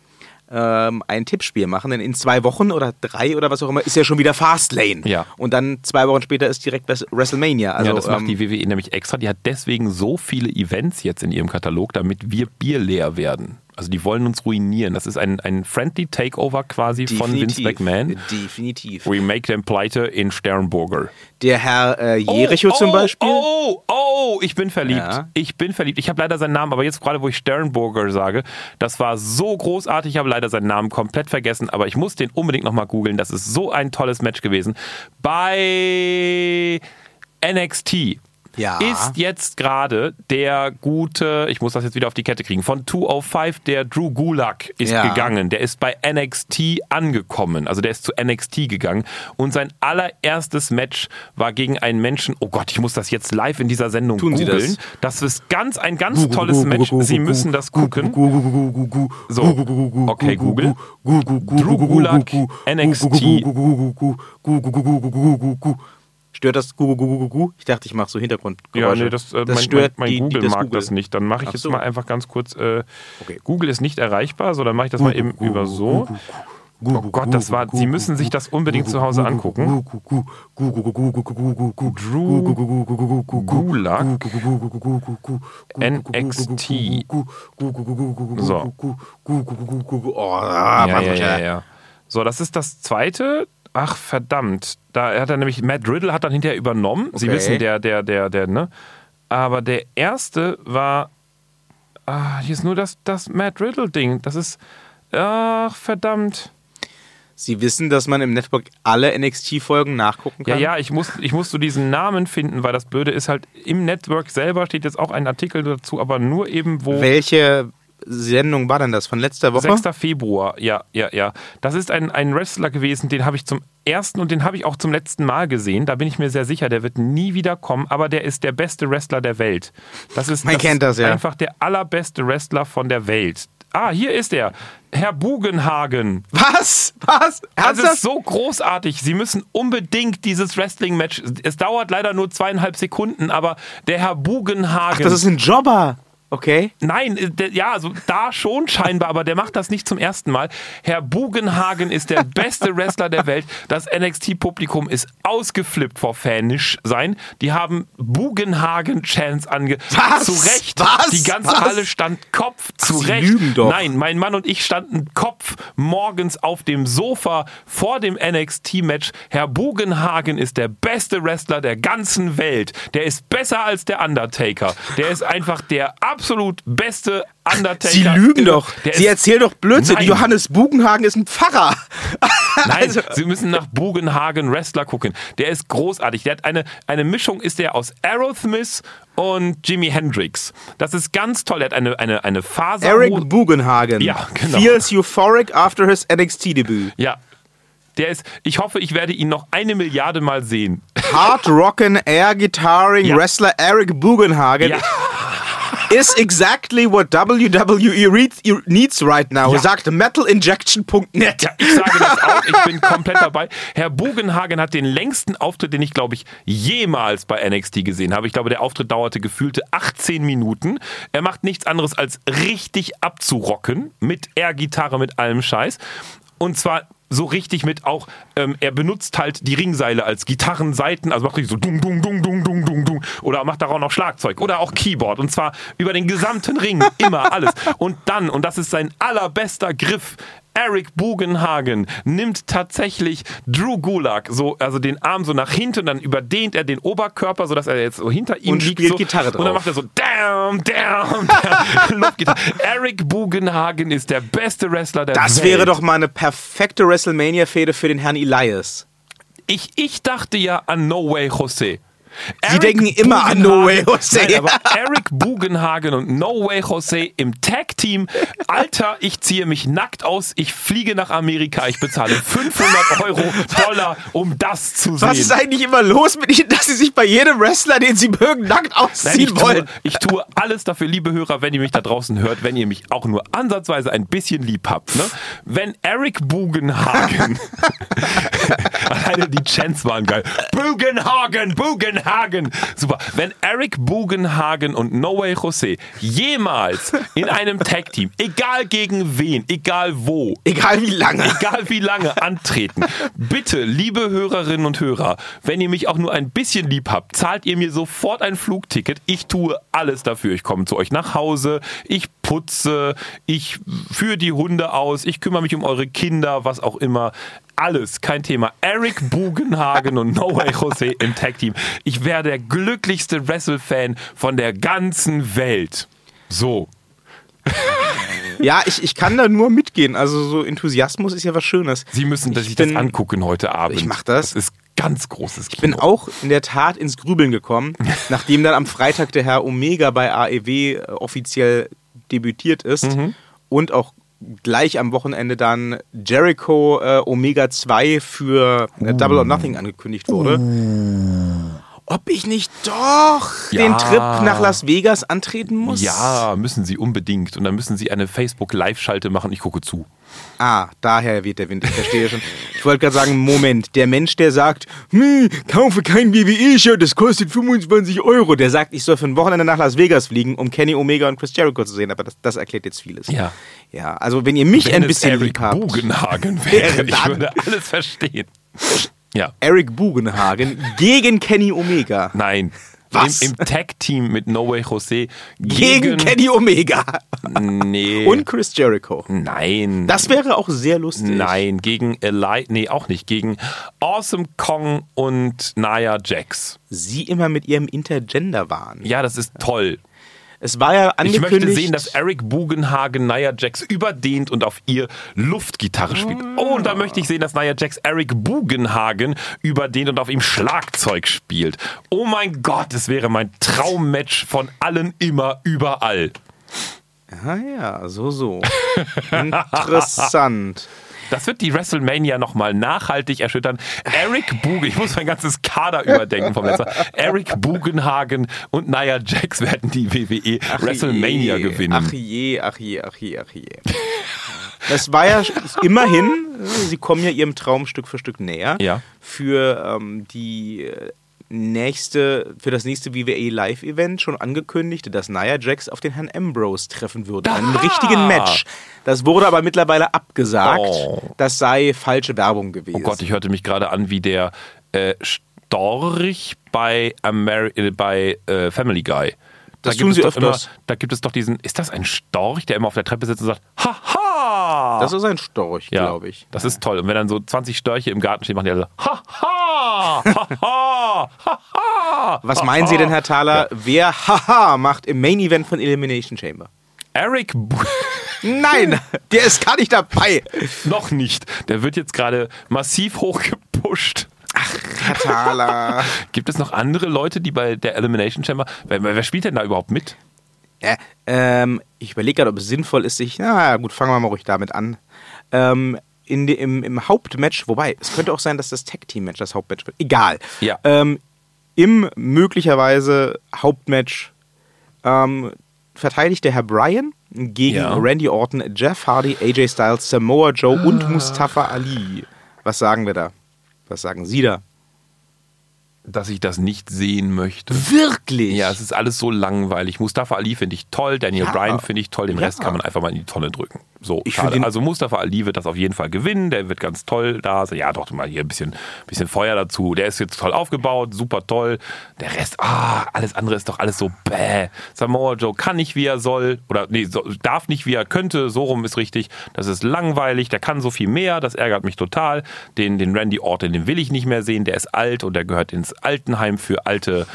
Speaker 3: ähm, ein Tippspiel machen. Denn in zwei Wochen oder drei oder was auch immer ist ja schon wieder Fastlane.
Speaker 2: Ja.
Speaker 3: Und dann zwei Wochen später ist direkt Wes- WrestleMania. Also,
Speaker 2: ja, das macht
Speaker 3: ähm,
Speaker 2: die WWE nämlich extra. Die hat deswegen so viele Events jetzt in ihrem Katalog, damit wir bierleer werden. Also die wollen uns ruinieren. Das ist ein, ein friendly Takeover quasi von Vince
Speaker 3: Äh,
Speaker 2: McMahon.
Speaker 3: ähm, Definitiv.
Speaker 2: We make them pleite in Sternburger.
Speaker 3: Der Herr äh, Jericho zum Beispiel.
Speaker 2: Oh, oh, ich bin verliebt.
Speaker 3: Ja.
Speaker 2: Ich bin verliebt. Ich habe leider seinen Namen, aber jetzt gerade, wo ich Sternburger sage, das war so großartig. Ich habe leider seinen Namen komplett vergessen, aber ich muss den unbedingt nochmal googeln. Das ist so ein tolles Match gewesen. Bei NXT.
Speaker 3: Ja.
Speaker 2: Ist jetzt gerade der gute, ich muss das jetzt wieder auf die Kette kriegen, von 205, der Drew Gulak ist
Speaker 3: Ja.
Speaker 2: gegangen. Der ist bei NXT angekommen. Also der ist zu NXT gegangen. Und sein allererstes Match war gegen einen Menschen, oh Gott, ich muss das jetzt live in dieser Sendung
Speaker 3: Tun Sie
Speaker 2: googeln. Das ist ganz, ein ganz tolles Match. Sie müssen das gucken. So, okay, Google. Drew Gulak, NXT.
Speaker 3: Stört das Gu, Gu, Gu, Gu, Gu? Ich dachte, ich mache so
Speaker 2: Ja,
Speaker 3: Hintergrundgeräusche.
Speaker 2: nee, das, äh, mein,
Speaker 3: stört
Speaker 2: mein, mein
Speaker 3: die- die-
Speaker 2: Google
Speaker 3: das
Speaker 2: mag
Speaker 3: Google.
Speaker 2: das nicht. Dann mache ich
Speaker 3: Ach
Speaker 2: jetzt
Speaker 3: so.
Speaker 2: mal einfach ganz kurz. Äh,
Speaker 3: Okay.
Speaker 2: Google ist nicht erreichbar, so dann mache ich das mal eben über so. Oh Gott, das war. Sie müssen sich das unbedingt zu Hause angucken. Drew Gulak NXT. So.
Speaker 3: Oh, ah,
Speaker 2: Ja,
Speaker 3: Mann,
Speaker 2: ja, ja,
Speaker 3: Alter.
Speaker 2: ja. So, das ist das zweite. Ach, verdammt. Da hat er nämlich, Matt Riddle hat dann hinterher übernommen. Sie
Speaker 3: Okay.
Speaker 2: wissen, der, der, der, der, ne? Aber der erste war. Ah, hier ist nur das, das Matt Riddle-Ding. Das ist. Ach, verdammt.
Speaker 3: Sie wissen, dass man im Network alle NXT-Folgen nachgucken
Speaker 2: Ja,
Speaker 3: kann?
Speaker 2: ja, ich muss, ich muss so diesen Namen finden, weil das Blöde ist halt, im Network selber steht jetzt auch ein Artikel dazu, aber nur eben, wo.
Speaker 3: Welche Sendung war denn das? Von letzter Woche?
Speaker 2: 6. Februar, ja, ja, ja. Das ist ein, ein Wrestler gewesen, den habe ich zum ersten und den habe ich auch zum letzten Mal gesehen. Da bin ich mir sehr sicher, der wird nie wieder kommen, aber der ist der beste Wrestler der Welt. Das ist,
Speaker 3: Man
Speaker 2: das
Speaker 3: kennt
Speaker 2: ist
Speaker 3: das, ja.
Speaker 2: einfach der allerbeste Wrestler von der Welt. Ah, hier ist er. Herr Bugenhagen.
Speaker 3: Was? Was?
Speaker 2: Das
Speaker 3: Ernsthaft?
Speaker 2: ist so großartig. Sie müssen unbedingt dieses Wrestling-Match. Es dauert leider nur zweieinhalb Sekunden, aber der Herr Bugenhagen.
Speaker 3: Ach, das ist ein Jobber. Okay.
Speaker 2: Nein, äh, der, ja, also da schon scheinbar, aber der macht das nicht zum ersten Mal. Herr Bugenhagen ist der beste Wrestler der Welt. Das NXT-Publikum ist ausgeflippt vor Fanisch sein. Die haben Bugenhagen-Chance ange.
Speaker 3: Was?
Speaker 2: Zu Recht.
Speaker 3: Was?
Speaker 2: Die ganze
Speaker 3: Was?
Speaker 2: Halle stand Kopf. Zu
Speaker 3: Sie
Speaker 2: Recht.
Speaker 3: lügen doch.
Speaker 2: Nein, mein Mann und ich standen Kopf morgens auf dem Sofa vor dem NXT-Match. Herr Bugenhagen ist der beste Wrestler der ganzen Welt. Der ist besser als der Undertaker. Der ist einfach der absolut beste Undertaker.
Speaker 3: Sie lügen doch.
Speaker 2: Der
Speaker 1: ist-
Speaker 3: Sie erzählen doch Blödsinn.
Speaker 2: Nein.
Speaker 3: Johannes Bugenhagen ist ein Pfarrer.
Speaker 2: Nein,
Speaker 3: Also-
Speaker 2: Sie müssen nach Bugenhagen Wrestler gucken. Der ist großartig. Der hat eine, eine Mischung ist der aus Aerosmith und Jimi Hendrix. Das ist ganz toll. Er hat eine, eine, eine Faser.
Speaker 3: Eric Bugenhagen
Speaker 2: Ja, genau.
Speaker 3: feels euphoric after his NXT-Debüt.
Speaker 2: Ja. Der ist, ich hoffe, ich werde ihn noch eine Milliarde Mal sehen.
Speaker 3: Hard rockin' air guitaring
Speaker 2: Ja.
Speaker 3: Wrestler Eric Bugenhagen
Speaker 2: Ja.
Speaker 3: is exactly what WWE re- e, needs right now,
Speaker 2: Ja.
Speaker 3: sagt metalinjection.net.
Speaker 2: Ja, ich sage das auch, ich bin komplett dabei. Herr Bogenhagen hat den längsten Auftritt, den ich, glaube ich, jemals bei NXT gesehen habe. Ich glaube, der Auftritt dauerte gefühlte 18 Minuten. Er macht nichts anderes, als richtig abzurocken mit Air-Gitarre, mit allem Scheiß. Und zwar so richtig mit auch, ähm, er benutzt halt die Ringseile als Gitarrenseiten, also macht richtig so dung, dung, dung, dung, dung, dung, dung. Oder macht darauf noch Schlagzeug oder auch Keyboard. Und zwar über den gesamten Ring, immer alles. Und dann, und das ist sein allerbester Griff, Eric Bugenhagen nimmt tatsächlich Drew Gulak so, also den Arm so nach hinten, dann überdehnt er den Oberkörper, sodass er jetzt so hinter ihm
Speaker 3: Und
Speaker 2: liegt.
Speaker 3: spielt
Speaker 2: so,
Speaker 3: Gitarre
Speaker 2: Und dann
Speaker 3: drauf.
Speaker 2: macht er so Damn, damn, damn. (laughs) Luftgitarre. Eric Bugenhagen ist der beste Wrestler der
Speaker 3: Das
Speaker 2: Welt.
Speaker 3: wäre doch mal eine perfekte WrestleMania-Fehde für den Herrn Elias.
Speaker 2: Ich, ich dachte ja an No Way Jose. Eric
Speaker 3: denken immer an No Way Jose.
Speaker 2: Nein, aber Eric Bugenhagen und No Way Jose im Tag-Team. Alter, ich ziehe mich nackt aus, ich fliege nach Amerika, ich bezahle 500 Euro Dollar, um das zu sehen.
Speaker 3: Was ist eigentlich immer los mit Ihnen, dass Sie sich bei jedem Wrestler, den Sie mögen, nackt
Speaker 2: Nein, ich,
Speaker 3: ausziehen
Speaker 2: tue,
Speaker 3: wollen?
Speaker 2: ich tue alles dafür, liebe Hörer, wenn ihr mich da draußen hört, wenn ihr mich auch nur ansatzweise ein bisschen lieb habt. Ne? Wenn Eric (laughs) Bugenhagen, alleine die Chants waren geil. Bugenhagen, Bugenhagen, Bugenhagen. Super. Wenn Eric Bugenhagen und Noé José jemals in einem Tag-Team, egal gegen wen, egal wo,
Speaker 3: Egal wie lange.
Speaker 2: egal wie lange, antreten, bitte, liebe Hörerinnen und Hörer, wenn ihr mich auch nur ein bisschen lieb habt, zahlt ihr mir sofort ein Flugticket. Ich tue alles dafür. Ich komme zu euch nach Hause, ich putze, ich führe die Hunde aus, ich kümmere mich um eure Kinder, was auch immer. Alles, kein Thema. Eric Bugenhagen und No Way Jose im Tag-Team. Ich wäre der glücklichste Wrestle-Fan von der ganzen Welt. So.
Speaker 3: Ja, ich, ich kann da nur mitgehen. Also so Enthusiasmus ist ja was Schönes.
Speaker 2: Sie müssen dass ich
Speaker 3: Ich
Speaker 2: das
Speaker 3: bin-
Speaker 2: angucken heute Abend.
Speaker 3: Ich mach das.
Speaker 2: Das ist ganz großes
Speaker 3: Ich bin auch in der Tat ins Grübeln
Speaker 2: (laughs)
Speaker 3: gekommen, nachdem dann am Freitag der Herr Omega bei AEW äh, offiziell debütiert ist
Speaker 2: Mhm.
Speaker 3: und auch gleich am Wochenende dann Jericho äh, Omega 2 für äh, Double or
Speaker 2: Mhm.
Speaker 3: Nothing angekündigt wurde. Ob ich nicht doch den
Speaker 2: Ja.
Speaker 3: Trip nach Las Vegas antreten muss?
Speaker 2: Ja, müssen Sie unbedingt. Und dann müssen Sie eine Facebook-Live-Schalte machen. Ich gucke zu.
Speaker 3: Ah, daher weht der Wind, ich verstehe schon. Ich wollte gerade sagen, Moment, der Mensch, der sagt, "Hm, kaufe kein WWE-Shirt, das kostet 25 Euro, der sagt, ich soll für ein Wochenende nach Las Vegas fliegen, um Kenny Omega und Chris Jericho zu sehen, aber das, das erklärt jetzt vieles.
Speaker 2: Ja.
Speaker 3: Ja, also wenn ihr mich
Speaker 2: Wenn
Speaker 3: ein
Speaker 2: es
Speaker 3: bisschen
Speaker 2: Eric
Speaker 3: lieb habt, (laughs)
Speaker 2: Bugenhagen wäre, ich
Speaker 3: Dann-
Speaker 2: würde alles verstehen. Ja.
Speaker 3: Eric Bugenhagen gegen Kenny Omega.
Speaker 2: Nein.
Speaker 3: Was?
Speaker 2: Im, im Tag-Team mit No Way Jose
Speaker 3: Gegen, Kenny Omega
Speaker 2: Nee.
Speaker 3: und Chris Jericho.
Speaker 2: Nein.
Speaker 3: Das wäre auch sehr lustig.
Speaker 2: Nein, gegen Eli, nee, auch nicht, gegen Awesome Kong und Naya Jax.
Speaker 3: Sie immer mit ihrem Intergender-Wahn.
Speaker 2: Ja, das ist toll.
Speaker 3: Es war ja
Speaker 2: Ich
Speaker 3: angekündigt.
Speaker 2: möchte sehen, dass Eric Bugenhagen Nia Jax überdehnt und auf ihr Luftgitarre spielt.
Speaker 3: Ah.
Speaker 2: Oh, und da möchte ich sehen, dass Nia Jax Eric Bugenhagen überdehnt und auf ihm Schlagzeug spielt. Oh mein Gott, es wäre mein Traummatch von allen immer überall.
Speaker 3: Ah ja, so, so. Interessant.
Speaker 2: Das wird die WrestleMania nochmal nachhaltig erschüttern. Eric Bugen, ich muss mein ganzes Kader überdenken vom letzten Mal. Eric Bugenhagen und Nia Jax werden die WWE WrestleMania
Speaker 3: je,
Speaker 2: gewinnen.
Speaker 3: Ach je, ach je, ach je, ach je. Das war ja sch- immerhin, äh, sie kommen ja ihrem Traum Stück für Stück näher.
Speaker 2: Ja.
Speaker 3: Für ähm, die äh, nächste, für das nächste WWE Live-Event schon angekündigt, dass Nia Jax auf den Herrn Ambrose treffen würde. Einen richtigen Match. Das wurde aber mittlerweile abgesagt.
Speaker 2: Oh.
Speaker 3: Das sei falsche Werbung gewesen.
Speaker 2: Oh Gott, ich hörte mich gerade an wie der äh, Storch bei, Ameri äh, bei äh, Family Guy.
Speaker 3: Das
Speaker 2: gibt
Speaker 3: tun
Speaker 2: es
Speaker 3: sie
Speaker 2: doch
Speaker 3: öfters.
Speaker 2: Immer, da gibt es doch diesen, ist das ein Storch, der immer auf der Treppe sitzt und sagt, haha!
Speaker 3: das ist ein Storch, glaube ich.
Speaker 2: Das ist toll. Und wenn dann so 20 Störche im Garten stehen, machen die alle
Speaker 3: (laughs)
Speaker 2: so, haha! Haha! Haha!
Speaker 3: Was meinen Sie denn, Herr Thaler, wer Haha macht im Main Event von Elimination Chamber?
Speaker 2: Eric Bu (laughs)
Speaker 3: (laughs) Nein, der ist gar nicht dabei.
Speaker 2: noch nicht. Der wird jetzt gerade massiv hochgepusht.
Speaker 3: Herr Thaler.
Speaker 2: Gibt es noch andere Leute, die bei der Elimination Chamber. Wer, wer spielt denn da überhaupt mit?
Speaker 3: Äh, ähm, ich überlege gerade, ob es sinnvoll ist, sich. Na gut, fangen wir mal ruhig damit an. Ähm, in de, im, Im Hauptmatch, wobei, es könnte auch sein, dass das Tag Team Match das Hauptmatch wird. Egal.
Speaker 2: Ja.
Speaker 3: Ähm, Im möglicherweise Hauptmatch ähm, verteidigt der Herr Bryan gegen
Speaker 2: Ja. Ah.
Speaker 3: Randy Orton, Jeff Hardy, AJ Styles, Samoa Joe und Mustafa Ali. Was sagen wir da? Was sagen Sie da?
Speaker 2: dass ich das nicht sehen möchte.
Speaker 3: Wirklich?
Speaker 2: Ja, es ist alles so langweilig. Mustafa Ali finde ich toll, Daniel
Speaker 3: Ja.
Speaker 2: Bryan finde ich toll, den
Speaker 3: Ja.
Speaker 2: Rest kann man einfach mal in die Tonne drücken. So,
Speaker 3: Ich finde
Speaker 2: schade.
Speaker 3: ihn-
Speaker 2: Also Mustafa Ali wird das auf jeden Fall gewinnen, der wird ganz toll da. sein. Ja, doch, mal hier ein bisschen, bisschen Feuer dazu. Der ist jetzt toll aufgebaut, super toll. Der Rest, ah, alles andere ist doch alles so bäh. Samoa Joe kann nicht, wie er soll, oder nee, so, darf nicht, wie er könnte, so rum ist richtig. Das ist langweilig, der kann so viel mehr, das ärgert mich total. Den, den Randy Orton, den will ich nicht mehr sehen, der ist alt und der gehört ins Altenheim für alte,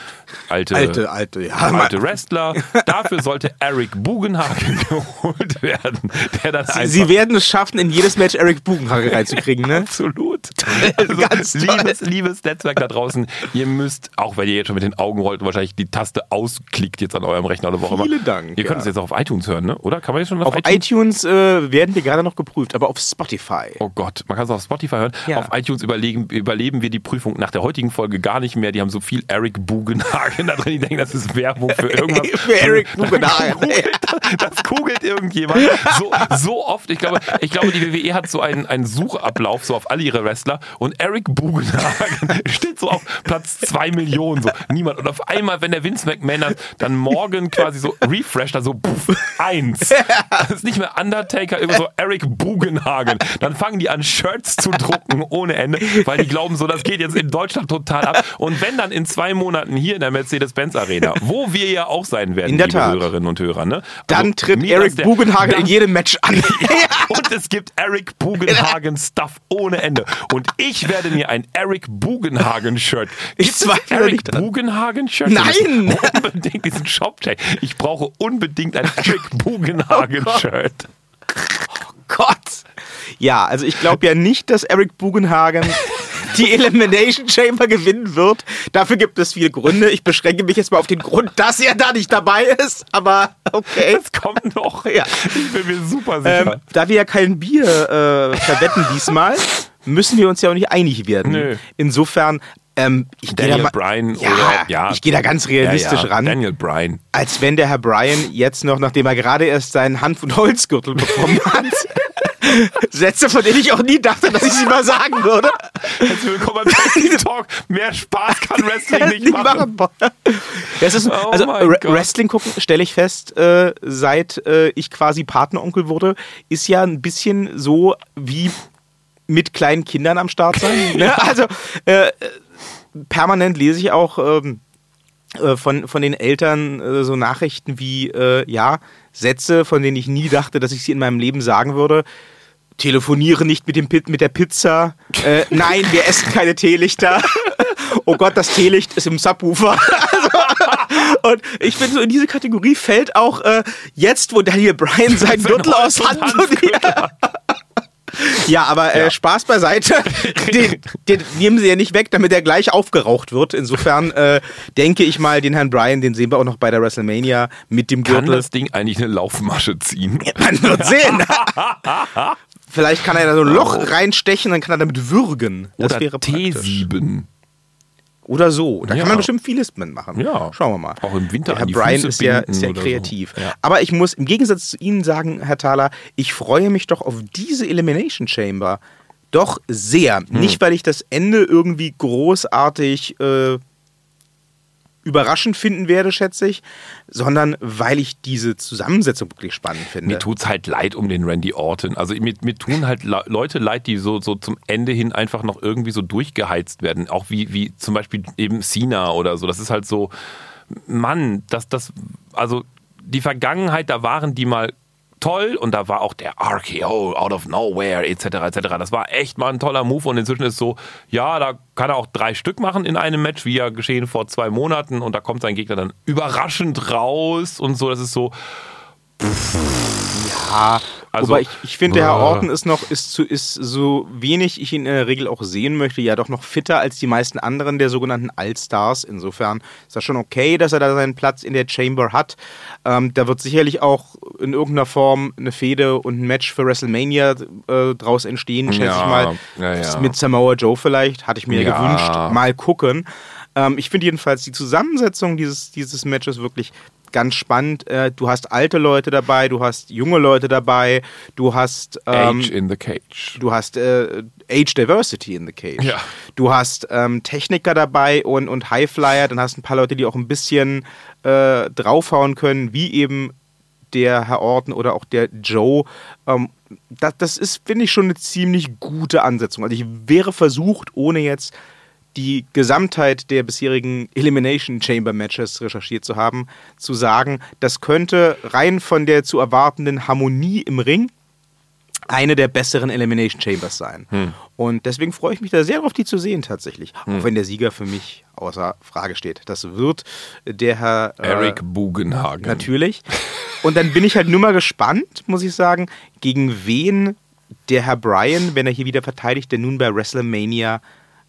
Speaker 2: alte,
Speaker 3: Alte, alte, ja.
Speaker 2: alte Wrestler. Dafür sollte Eric Bugenhagen (laughs) geholt werden, der dann
Speaker 3: Sie,
Speaker 2: einfach
Speaker 3: Sie werden es schaffen, in jedes Match Eric Bugenhage reinzukriegen,
Speaker 2: (laughs)
Speaker 3: ne? (laughs)
Speaker 2: Absolut. Also,
Speaker 3: Ganz toll.
Speaker 2: liebes, liebes Netzwerk da draußen, ihr müsst, auch wenn ihr jetzt schon mit den Augen rollt, und wahrscheinlich die Taste ausklickt jetzt an eurem Rechner oder wo auch immer.
Speaker 3: Vielen Dank,
Speaker 2: Ihr könnt
Speaker 3: ja.
Speaker 2: es jetzt auch auf iTunes hören, ne? oder? Kann man jetzt schon
Speaker 3: Auf iTunes äh, werden wir gerade noch geprüft, aber auf Spotify.
Speaker 2: Oh Gott, man kann es auf Spotify hören.
Speaker 3: Ja.
Speaker 2: Auf iTunes überlegen, überleben wir die Prüfung nach der heutigen Folge gar nicht mehr. Die haben so viel Eric Bugenhagen (laughs) da drin. Die denken, das ist Werbung
Speaker 3: (laughs)
Speaker 2: für irgendwas.
Speaker 3: Für Eric Bugenhagen. (laughs)
Speaker 2: Googelt- Das googelt E irgendjemand so, so oft. Ich glaube, ich glaube die WWE hat so einen, einen Suchablauf so auf alle ihre Wrestler und Eric Bugenhagen (laughs) steht so auf Platz 2 Millionen. So. Niemand. Und auf einmal, wenn der Vince McMahon das dann morgen quasi so refresht, dann so puff, eins. Das ist nicht mehr Undertaker, immer so Eric Bugenhagen. Dann fangen die an, Shirts zu drucken ohne Ende, weil die glauben so, das geht jetzt in Deutschland total ab. Und wenn dann in zwei Monaten hier in der Mercedes-Benz Arena, wo wir ja auch sein werden,
Speaker 3: In der
Speaker 2: liebe
Speaker 3: Tat.
Speaker 2: Hörerinnen und Hörer, ne?
Speaker 3: Dann
Speaker 2: Also,
Speaker 3: tritt
Speaker 2: mir
Speaker 3: Eric
Speaker 2: ist der- (laughs)
Speaker 3: Bugenhagen in
Speaker 2: Dann-
Speaker 3: jedem Match an.
Speaker 2: und es gibt Eric Bugenhagen Stuff ohne Ende. Und ich werde mir ein Eric Bugenhagen Shirt.
Speaker 3: Ich
Speaker 2: Gibt es
Speaker 3: zweifle
Speaker 2: Eric
Speaker 3: nicht dran.
Speaker 2: Bugenhagen Shirt?
Speaker 3: Nein!
Speaker 2: Wir müssen Unbedingt diesen Shop check. Ich brauche unbedingt ein Eric
Speaker 3: Oh
Speaker 2: Bugenhagen Shirt. Oh
Speaker 3: Gott. Ja, also ich glaube ja nicht, dass Eric
Speaker 2: (laughs)
Speaker 3: Bugenhagen die Elimination Chamber gewinnen wird. Dafür gibt es viele Gründe. Ich beschränke mich jetzt mal auf den Grund, dass er da nicht dabei ist. Aber okay.
Speaker 2: Das kommt noch.
Speaker 3: (laughs) Ja.
Speaker 2: Ich bin mir super sicher.
Speaker 3: Ähm, da wir ja kein Bier äh,
Speaker 2: (laughs)
Speaker 3: verwetten diesmal, müssen wir uns ja auch nicht einig werden.
Speaker 2: Nö.
Speaker 3: Insofern, ähm, ich gehe da,
Speaker 2: Daniel
Speaker 3: mal-
Speaker 2: Bryan
Speaker 3: ja,
Speaker 2: oder ja.
Speaker 3: ich geh da ganz realistisch
Speaker 2: ja, ja.
Speaker 3: ran,
Speaker 2: Daniel Bryan.
Speaker 3: als wenn der Herr Bryan jetzt noch, nachdem er gerade erst seinen Hanf- und Holzgürtel bekommen
Speaker 2: (laughs)
Speaker 3: hat, Sätze, von denen ich auch nie dachte, dass ich sie mal sagen würde.
Speaker 2: Herzlich willkommen beim Wrestling Talk. Mehr
Speaker 3: (laughs)
Speaker 2: Spaß kann Wrestling nicht machen.
Speaker 3: Das ist,
Speaker 2: Oh
Speaker 3: also
Speaker 2: mein
Speaker 3: Re-
Speaker 2: Gott.
Speaker 3: Wrestling gucken, stelle ich fest, äh, seit äh, ich quasi Patenonkel wurde, ist ja ein bisschen so wie mit kleinen Kindern am Start
Speaker 2: (laughs)
Speaker 3: sein. Ne? Also äh, permanent lese ich auch ähm, äh, von, von den Eltern äh, so Nachrichten wie, äh, ja, Sätze, von denen ich nie dachte, dass ich sie in meinem Leben sagen würde. Telefoniere nicht mit, dem Pit, mit der Pizza. Äh, nein, wir essen keine Teelichter. (laughs) Oh Gott, das Teelicht ist im Subwoofer. (laughs) Also, und ich finde, so in diese Kategorie fällt auch äh, jetzt, wo Daniel Bryan seinen Gürtel aus
Speaker 2: Holz-
Speaker 3: Hand
Speaker 2: und
Speaker 3: (laughs) ja, aber äh, Spaß beiseite. Den, den nehmen sie ja nicht weg, damit er gleich aufgeraucht wird. Insofern äh, denke ich mal, den Herrn Bryan, den sehen wir auch noch bei der WrestleMania mit dem
Speaker 2: Kann
Speaker 3: Gürtel.
Speaker 2: das Ding eigentlich eine Laufmasche ziehen?
Speaker 3: Man
Speaker 2: (laughs)
Speaker 3: wird sehen. Vielleicht kann er da so ein Loch reinstechen, dann kann er damit würgen. Das
Speaker 2: Oder
Speaker 3: wäre praktisch.
Speaker 2: T7.
Speaker 3: Oder so. Da
Speaker 2: Ja.
Speaker 3: kann man bestimmt vieles mitmachen.
Speaker 2: Ja.
Speaker 3: Schauen wir mal.
Speaker 2: Auch im Winter
Speaker 3: Der Herr
Speaker 2: an die
Speaker 3: Bryan
Speaker 2: Füße
Speaker 3: ist ja,
Speaker 2: binden
Speaker 3: ist ja
Speaker 2: oder so.
Speaker 3: kreativ.
Speaker 2: Ja.
Speaker 3: Aber ich muss im Gegensatz zu Ihnen sagen, Herr Thaler, ich freue mich doch auf diese Elimination Chamber doch sehr.
Speaker 2: Hm.
Speaker 3: Nicht, weil ich das Ende irgendwie großartig äh, überraschend finden werde, schätze ich, sondern weil ich diese Zusammensetzung wirklich spannend finde.
Speaker 2: Mir tut's halt leid um den Randy Orton. Also mir, mir tun halt la- Leute leid, die so, so zum Ende hin einfach noch irgendwie so durchgeheizt werden. Auch wie, wie zum Beispiel eben Cena oder so. Das ist halt so, Mann, das, das, also die Vergangenheit, da waren die mal toll und da war auch der RKO out of nowhere etc. etc. Das war echt mal ein toller Move und inzwischen ist so, ja, da kann er auch drei Stück machen in einem Match, wie ja geschehen vor zwei Monaten und da kommt sein Gegner dann überraschend raus und so. Das ist so,
Speaker 3: Ah,
Speaker 2: Also-
Speaker 3: wobei ich, ich finde, der Herr
Speaker 2: Äh.
Speaker 3: Orton ist noch, ist, zu, ist so wenig ich ihn in der Regel auch sehen möchte, ja doch noch fitter als die meisten anderen der sogenannten Allstars. Insofern ist das schon okay, dass er da seinen Platz in der Chamber hat. Ähm, da wird sicherlich auch in irgendeiner Form eine Fehde und ein Match für WrestleMania äh, draus entstehen, schätze
Speaker 2: Ja,
Speaker 3: ich mal.
Speaker 2: ja, ja.
Speaker 3: Mit Samoa Joe vielleicht, hatte ich mir
Speaker 2: Ja.
Speaker 3: gewünscht. Mal gucken. Ähm, ich finde jedenfalls die Zusammensetzung dieses, dieses Matches wirklich ganz spannend. Äh, du hast alte Leute dabei, du hast junge Leute dabei, du hast ähm,
Speaker 2: Age in the Cage.
Speaker 3: du hast äh, Age Diversity in the Cage.
Speaker 2: Ja.
Speaker 3: Du hast ähm, Techniker dabei und, und Highflyer, dann hast du ein paar Leute, die auch ein bisschen äh, draufhauen können, wie eben der Herr Orton oder auch der Joe. Ähm, das, das ist, finde ich, schon eine ziemlich gute Ansetzung. Also ich wäre versucht, ohne jetzt die Gesamtheit der bisherigen Elimination Chamber Matches recherchiert zu haben, zu sagen, das könnte rein von der zu erwartenden Harmonie im Ring eine der besseren Elimination Chambers sein. Und deswegen freue ich mich da sehr drauf, die zu sehen tatsächlich. Auch wenn der Sieger für mich außer Frage steht. Das wird der Herr äh,
Speaker 2: Eric Bugenhagen.
Speaker 3: natürlich. Und dann bin ich halt nur mal gespannt, muss ich sagen, gegen wen der Herr Bryan, wenn er hier wieder verteidigt, der nun bei WrestleMania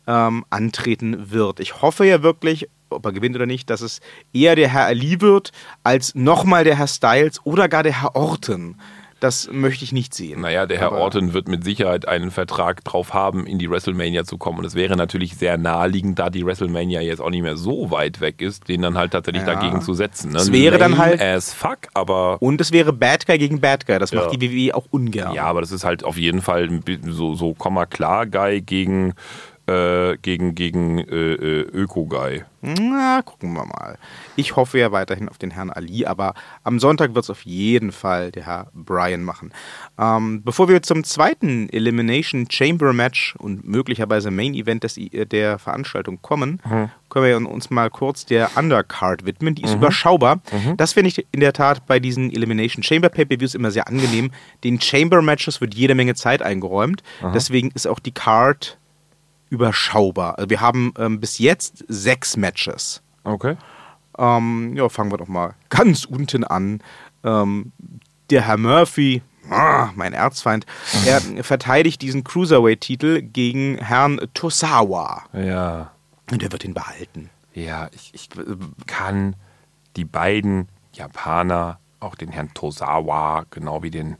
Speaker 3: ähm, antreten wird. Ich hoffe ja wirklich, ob er gewinnt oder nicht, dass es eher der Herr Ali wird, als nochmal der Herr Styles oder gar der Herr Orton. Das möchte ich nicht sehen.
Speaker 2: Naja, der Herr
Speaker 3: Aber-
Speaker 2: Orton wird mit Sicherheit einen Vertrag drauf haben, in die WrestleMania zu kommen. Und es wäre natürlich sehr naheliegend, da die WrestleMania jetzt auch nicht mehr so weit weg ist, den dann halt tatsächlich
Speaker 3: Ja.
Speaker 2: dagegen zu setzen. Ne?
Speaker 3: Es wäre dann
Speaker 2: Lame
Speaker 3: halt-
Speaker 2: As fuck, aber.
Speaker 3: Und es wäre Bad Guy gegen Bad Guy. Das
Speaker 1: Ja.
Speaker 3: macht die WWE auch ungern.
Speaker 2: Ja, aber das ist halt auf jeden Fall ein bi- so, so Komma klar Guy gegen äh, gegen gegen äh, äh, Öko Guy.
Speaker 3: Na, gucken wir mal. Ich hoffe ja weiterhin auf den Herrn Ali, aber am Sonntag wird es auf jeden Fall der Herr Bryan machen. Ähm, bevor wir zum zweiten Elimination Chamber Match und möglicherweise Main Event des, äh, der Veranstaltung kommen, können wir uns mal kurz der Undercard widmen. Die ist überschaubar. Das finde ich in der Tat bei diesen Elimination Chamber Pay-Per-Views immer sehr angenehm. Den Chamber Matches wird jede Menge Zeit eingeräumt. Deswegen ist auch die Card überschaubar. Also wir haben ähm, bis jetzt sechs Matches.
Speaker 2: Okay.
Speaker 3: Ähm, ja, fangen wir doch mal ganz unten an. Ähm, der Herr Murphy, ah, mein Erzfeind, er verteidigt diesen Cruiserweight-Titel gegen Herrn Tosawa.
Speaker 2: Ja.
Speaker 3: Und er wird ihn behalten.
Speaker 2: Ja, ich, ich ähm, kann die beiden Japaner, auch den Herrn Tosawa, genau wie den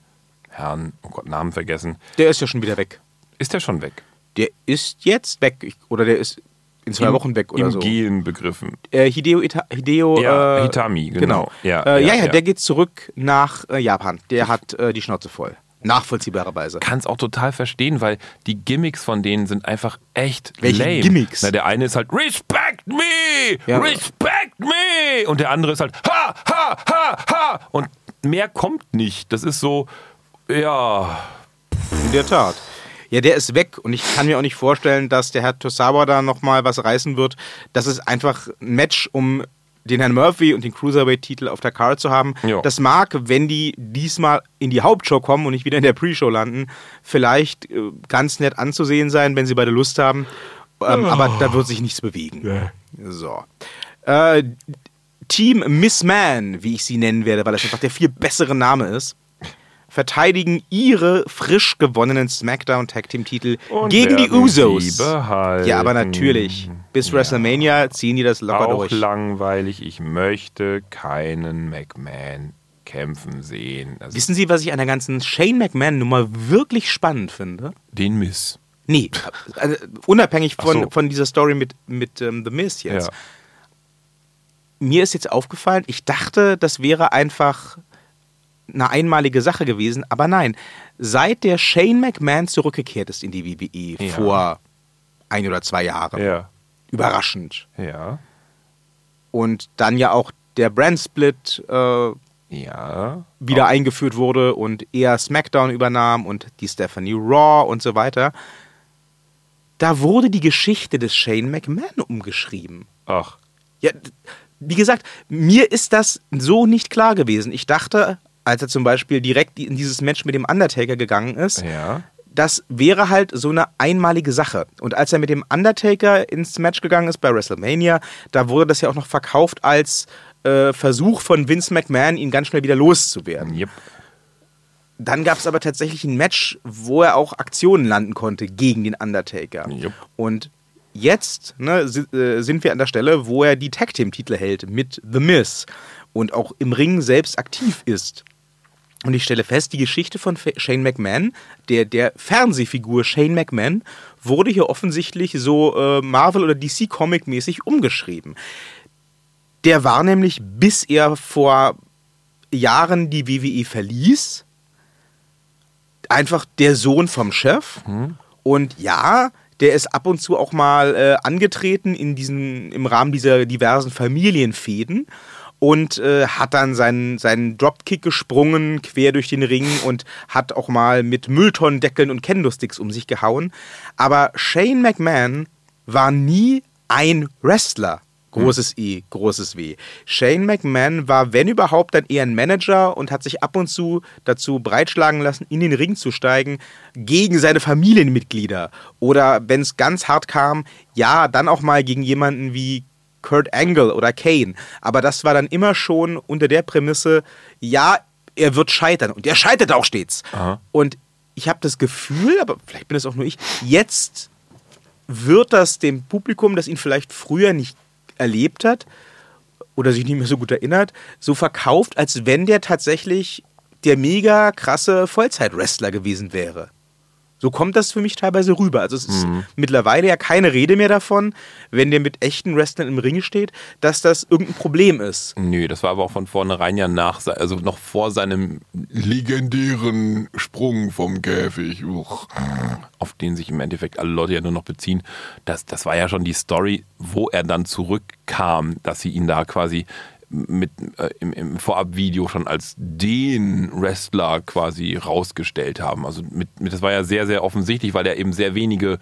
Speaker 2: Herrn, oh Gott, Namen vergessen,
Speaker 3: Der ist ja schon wieder weg.
Speaker 2: ist der schon weg.
Speaker 3: Der ist jetzt weg. Ich, oder der ist in zwei Wochen weg oder
Speaker 2: Im
Speaker 3: so.
Speaker 2: Gehen begriffen.
Speaker 3: Äh, Hideo, Ita Hideo
Speaker 2: Ja,
Speaker 3: äh,
Speaker 2: Hitami, genau.
Speaker 3: Ja,
Speaker 2: Ja,
Speaker 3: äh, ja,
Speaker 2: ja,
Speaker 3: ja,
Speaker 2: ja.
Speaker 3: der geht zurück nach äh, Japan. Der hat äh, die Schnauze voll. Nachvollziehbarerweise.
Speaker 2: Kann es auch total verstehen, weil die Gimmicks von denen sind einfach echt
Speaker 3: Welche
Speaker 2: lame.
Speaker 3: Gimmicks?
Speaker 2: Na, der eine ist halt Respect me!
Speaker 3: Ja.
Speaker 2: Respect me! Und der andere ist halt Ha, ha, ha, ha! Und mehr kommt nicht. Das ist so, ja,
Speaker 3: In der Tat. Ja, der ist weg und ich kann mir auch nicht vorstellen, dass der Herr Tosawa da nochmal was reißen wird. Das ist einfach ein Match, um den Herrn Murphy und den Cruiserweight-Titel auf der Card zu haben.
Speaker 2: Ja.
Speaker 3: Das mag, wenn die diesmal in die Hauptshow kommen und nicht wieder in der Pre-Show landen, vielleicht äh, ganz nett anzusehen sein, wenn sie beide Lust haben. Ähm, Aber da wird sich nichts bewegen. So. Äh, Team Miss Man, wie ich sie nennen werde, weil das einfach der viel bessere Name ist, verteidigen ihre frisch gewonnenen SmackDown Tag Team Titel
Speaker 2: Und
Speaker 3: gegen die
Speaker 2: werden
Speaker 3: Usos.
Speaker 2: sie behalten.
Speaker 3: Ja, aber natürlich. Bis WrestleMania ziehen die das locker
Speaker 2: auch
Speaker 3: durch.
Speaker 2: langweilig. Ich möchte keinen McMahon kämpfen sehen. Also
Speaker 3: Wissen Sie, was ich an der ganzen Shane McMahon Nummer wirklich spannend finde?
Speaker 2: den Miss.
Speaker 3: Nee, also unabhängig von,
Speaker 2: so.
Speaker 3: von dieser Story mit, mit ähm, The Miz jetzt.
Speaker 2: Ja.
Speaker 3: Mir ist jetzt aufgefallen, ich dachte, das wäre einfach eine einmalige Sache gewesen, aber nein. Seit der Shane McMahon zurückgekehrt ist in die WWE
Speaker 2: Ja.
Speaker 3: vor ein oder zwei Jahren,
Speaker 2: Ja.
Speaker 3: überraschend,
Speaker 2: Ja.
Speaker 3: und dann ja auch der Brand Split äh,
Speaker 2: Ja.
Speaker 3: wieder eingeführt wurde und eher SmackDown übernahm und die Stephanie Raw und so weiter. Da wurde die Geschichte des Shane McMahon umgeschrieben.
Speaker 2: Ach.
Speaker 3: Ja, d- wie gesagt, mir ist das so nicht klar gewesen. Ich dachte, als er zum Beispiel direkt in dieses Match mit dem Undertaker gegangen ist,
Speaker 2: Ja.
Speaker 3: das wäre halt so eine einmalige Sache. Und als er mit dem Undertaker ins Match gegangen ist bei WrestleMania, da wurde das ja auch noch verkauft als äh, Versuch von Vince McMahon, ihn ganz schnell wieder loszuwerden.
Speaker 2: Yep.
Speaker 3: Dann gab es aber tatsächlich ein Match, wo er auch Aktionen landen konnte gegen den Undertaker.
Speaker 2: Jupp.
Speaker 3: Und jetzt ne, si- äh, sind wir an der Stelle, wo er die Tag Team Titel hält mit The Miz und auch im Ring selbst aktiv ist. Und ich stelle fest, die Geschichte von Fa- Shane McMahon, der, der Fernsehfigur Shane McMahon, wurde hier offensichtlich so äh, Marvel- oder DC-Comic-mäßig umgeschrieben. Der war nämlich, bis er vor Jahren die WWE verließ, einfach der Sohn vom Chef. Und ja, der ist ab und zu auch mal äh, angetreten in diesen, im Rahmen dieser diversen Familienfäden und äh, hat dann seinen, seinen Dropkick gesprungen, quer durch den Ring und hat auch mal mit Mülltonnendeckeln und Kendo-Sticks um sich gehauen. Aber Shane McMahon war nie ein Wrestler. Großes I, großes W. Shane McMahon war, wenn überhaupt, dann eher ein Manager und hat sich ab und zu dazu breitschlagen lassen, in den Ring zu steigen gegen seine Familienmitglieder. Oder wenn es ganz hart kam, ja, dann auch mal gegen jemanden wie Kurt Angle oder Kane. Aber das war dann immer schon unter der Prämisse, ja, er wird scheitern. Und er scheitert auch stets. Und ich habe das Gefühl, aber vielleicht bin das auch nur ich, jetzt wird das dem Publikum, das ihn vielleicht früher nicht erlebt hat oder sich nicht mehr so gut erinnert, so verkauft, als wenn der tatsächlich der mega krasse Vollzeit-Wrestler gewesen wäre. So kommt das für mich teilweise rüber. Also es ist mittlerweile ja keine Rede mehr davon, wenn der mit echten Wrestlern im Ring steht, dass das irgendein Problem ist.
Speaker 2: Nö, das war aber auch von vornherein ja nach, se- also noch vor seinem legendären Sprung vom Käfig, uch, auf den sich im Endeffekt alle Leute ja nur noch beziehen. Das, das war ja schon die Story, wo er dann zurückkam, dass sie ihn da quasi mit äh, im, im Vorabvideo schon als den Wrestler quasi rausgestellt haben. Also mit, mit, das war ja sehr, sehr offensichtlich, weil er eben sehr wenige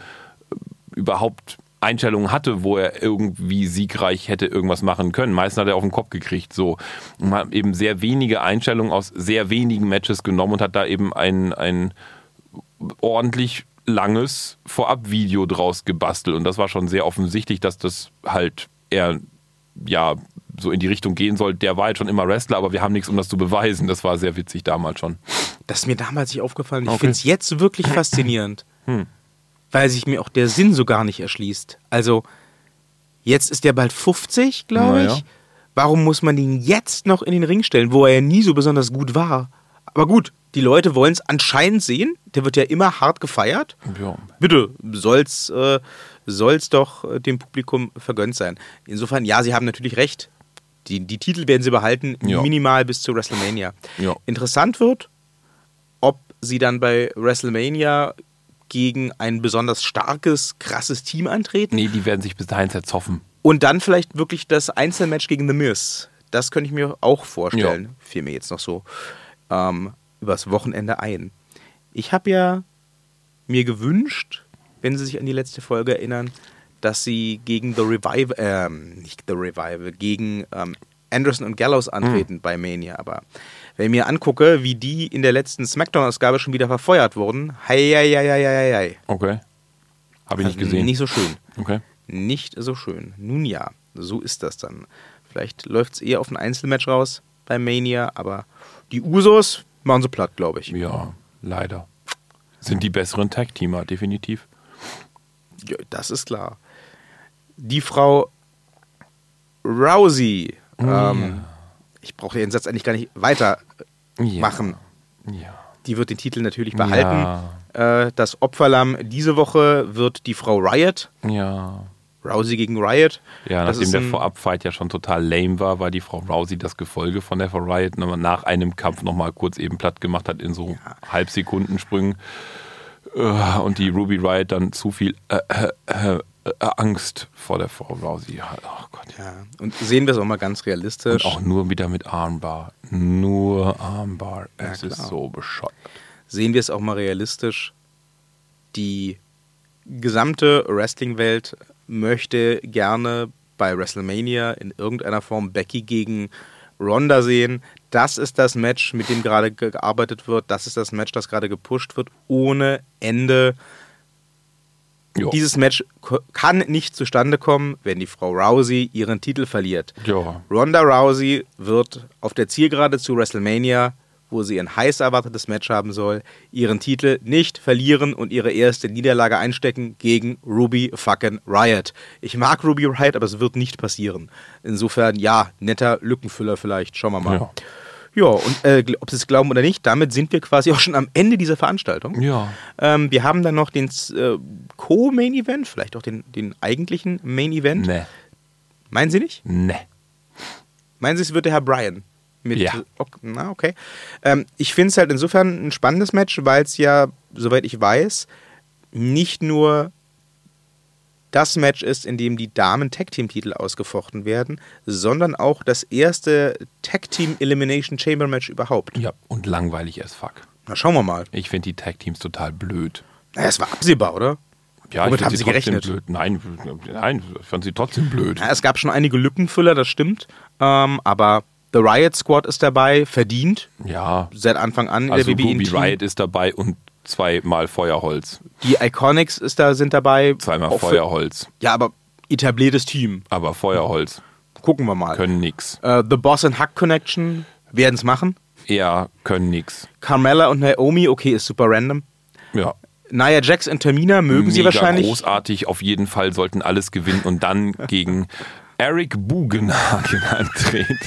Speaker 2: überhaupt Einstellungen hatte, wo er irgendwie siegreich hätte irgendwas machen können. Meistens hat er auf den Kopf gekriegt, so. Und man hat eben sehr wenige Einstellungen aus sehr wenigen Matches genommen und hat da eben ein, ein ordentlich langes Vorab-Video draus gebastelt. Und das war schon sehr offensichtlich, dass das halt er ja so in die Richtung gehen soll. Der war halt schon immer Wrestler, aber wir haben nichts, um das zu beweisen. Das war sehr witzig damals schon.
Speaker 3: Das ist mir damals nicht aufgefallen. Ich
Speaker 2: Okay.
Speaker 3: finde es jetzt wirklich faszinierend. Weil sich mir auch der Sinn so gar nicht erschließt. Also, jetzt ist der bald 50, glaube
Speaker 2: Naja.
Speaker 3: ich. Warum muss man den jetzt noch in den Ring stellen, wo er ja nie so besonders gut war? Aber gut, die Leute wollen es anscheinend sehen. Der wird ja immer hart gefeiert.
Speaker 2: Ja.
Speaker 3: Bitte, soll's, äh, soll's doch äh, dem Publikum vergönnt sein. Insofern, ja, Sie haben natürlich recht. Die, die Titel werden sie behalten,
Speaker 2: Ja.
Speaker 3: minimal bis zu WrestleMania.
Speaker 2: Ja.
Speaker 3: Interessant wird, ob sie dann bei WrestleMania gegen ein besonders starkes, krasses Team antreten
Speaker 2: Nee, die werden sich bis dahin zerzoffen.
Speaker 3: und dann vielleicht wirklich das Einzelmatch gegen The Miz. Das könnte ich mir auch vorstellen.
Speaker 2: Ja.
Speaker 3: Fiel mir jetzt noch so ähm, übers Wochenende ein. Ich habe ja mir gewünscht, wenn Sie sich an die letzte Folge erinnern, dass sie gegen The Revival, ähm, nicht The Revival, gegen ähm, Anderson und Gallows
Speaker 2: Hm.
Speaker 3: antreten bei Mania. Aber wenn ich mir angucke, wie die in der letzten Smackdown-Ausgabe schon wieder verfeuert wurden, hei, hei, hei, hei, hei, hei.
Speaker 2: Okay. Habe ich nicht gesehen.
Speaker 3: Also Nicht so schön
Speaker 2: Okay.
Speaker 3: nicht so schön. Nun ja, so ist das dann. Vielleicht läuft es eher auf ein Einzelmatch raus bei Mania, aber die Usos machen sie platt, glaube ich.
Speaker 2: Ja, leider. Sind die besseren Tag-Teamer, definitiv.
Speaker 3: Ja, das ist klar. Die Frau Rousey,
Speaker 2: Oh
Speaker 3: ähm, ich brauche den Satz eigentlich gar nicht
Speaker 2: Ja.
Speaker 3: weitermachen.
Speaker 2: Ja.
Speaker 3: Die wird den Titel natürlich behalten. Äh, das Opferlamm diese Woche wird die Frau Riot.
Speaker 2: Ja.
Speaker 3: Rousey gegen Riot.
Speaker 2: Ja,
Speaker 3: Das
Speaker 2: nachdem
Speaker 3: ist
Speaker 2: der
Speaker 3: ein-
Speaker 2: Vorabfight ja schon total lame war, weil die Frau Rousey das Gefolge von der Frau Riot nochmal nach einem Kampf nochmal kurz eben platt gemacht hat in so Halbsekundensprüngen Äh, und die Ruby Riot dann zu viel äh, äh, äh, äh, Angst vor der Frau Rousey hat. Oh Gott.
Speaker 3: Ja, und sehen wir es auch mal ganz realistisch.
Speaker 2: Und auch nur wieder mit Armbar. Nur Armbar. Es
Speaker 3: klar.
Speaker 2: ist so bescheuert.
Speaker 3: sehen wir es auch mal realistisch. Die gesamte Wrestling-Welt möchte gerne bei WrestleMania in irgendeiner Form Becky gegen Ronda sehen. Das ist das Match, mit dem gerade gearbeitet wird. Das ist das Match, das gerade gepusht wird. Ohne Ende.
Speaker 2: Jo.
Speaker 3: Dieses Match ko- kann nicht zustande kommen, wenn die Frau Rousey ihren Titel verliert.
Speaker 2: Ja.
Speaker 3: Ronda Rousey wird auf der Zielgerade zu WrestleMania, wo sie ein heiß erwartetes Match haben soll, ihren Titel nicht verlieren und ihre erste Niederlage einstecken gegen Ruby fucking Riot. Ich mag Ruby Riot, aber es wird nicht passieren. Insofern, ja, netter Lückenfüller vielleicht. Schauen wir mal. Ja.
Speaker 2: Ja.
Speaker 3: und äh, gl- ob Sie es glauben oder nicht, damit sind wir quasi auch schon am Ende dieser Veranstaltung.
Speaker 2: Ja.
Speaker 3: Ähm, wir haben dann noch den äh, Co-Main-Event, vielleicht auch den, den eigentlichen Main-Event.
Speaker 2: Ne.
Speaker 3: Meinen Sie nicht?
Speaker 2: Ne.
Speaker 3: Meinen Sie, es wird der Herr Bryan? Mit,
Speaker 2: Ja.
Speaker 3: Ok- na, okay. Ähm, ich finde es halt insofern ein spannendes Match, weil es ja, soweit ich weiß, nicht nur das Match ist, in dem die Damen Tag Team Titel ausgefochten werden, sondern auch das erste Tag Team Elimination Chamber Match überhaupt.
Speaker 2: Ja, und langweilig as fuck.
Speaker 3: Na, schauen wir mal.
Speaker 2: Ich finde die Tag-Teams total blöd.
Speaker 3: Na, das war absehbar, oder?
Speaker 2: Ja,
Speaker 3: Womit
Speaker 2: ich find
Speaker 3: haben
Speaker 2: sie
Speaker 3: Sie
Speaker 2: trotzdem
Speaker 3: gerechnet? Äh,
Speaker 2: Blöd. Nein, nein, ich fand sie trotzdem blöd.
Speaker 3: Ja, es gab schon einige Lückenfüller, das stimmt. Ähm, aber The Riot Squad ist dabei, verdient,
Speaker 2: Ja,
Speaker 3: seit Anfang an in
Speaker 2: also
Speaker 3: der WWE.
Speaker 2: Ruby
Speaker 3: Team.
Speaker 2: Riot ist dabei und zweimal Feuerholz.
Speaker 3: Die Iconics ist da, sind dabei.
Speaker 2: Zweimal
Speaker 3: Auch für-
Speaker 2: Feuerholz.
Speaker 3: Ja, aber etabliertes Team.
Speaker 2: Aber Feuerholz
Speaker 3: Gucken wir mal.
Speaker 2: können nix.
Speaker 3: Äh, The Boss and Hack Connection werden es machen.
Speaker 2: Ja, können nix.
Speaker 3: Carmella und Naomi, okay, ist super random.
Speaker 2: Ja.
Speaker 3: Nia Jax und Tamina mögen sie
Speaker 2: Mega
Speaker 3: wahrscheinlich.
Speaker 2: großartig. Auf jeden Fall sollten alles (laughs) gewinnen und dann gegen Eric Bugenhagen antreten.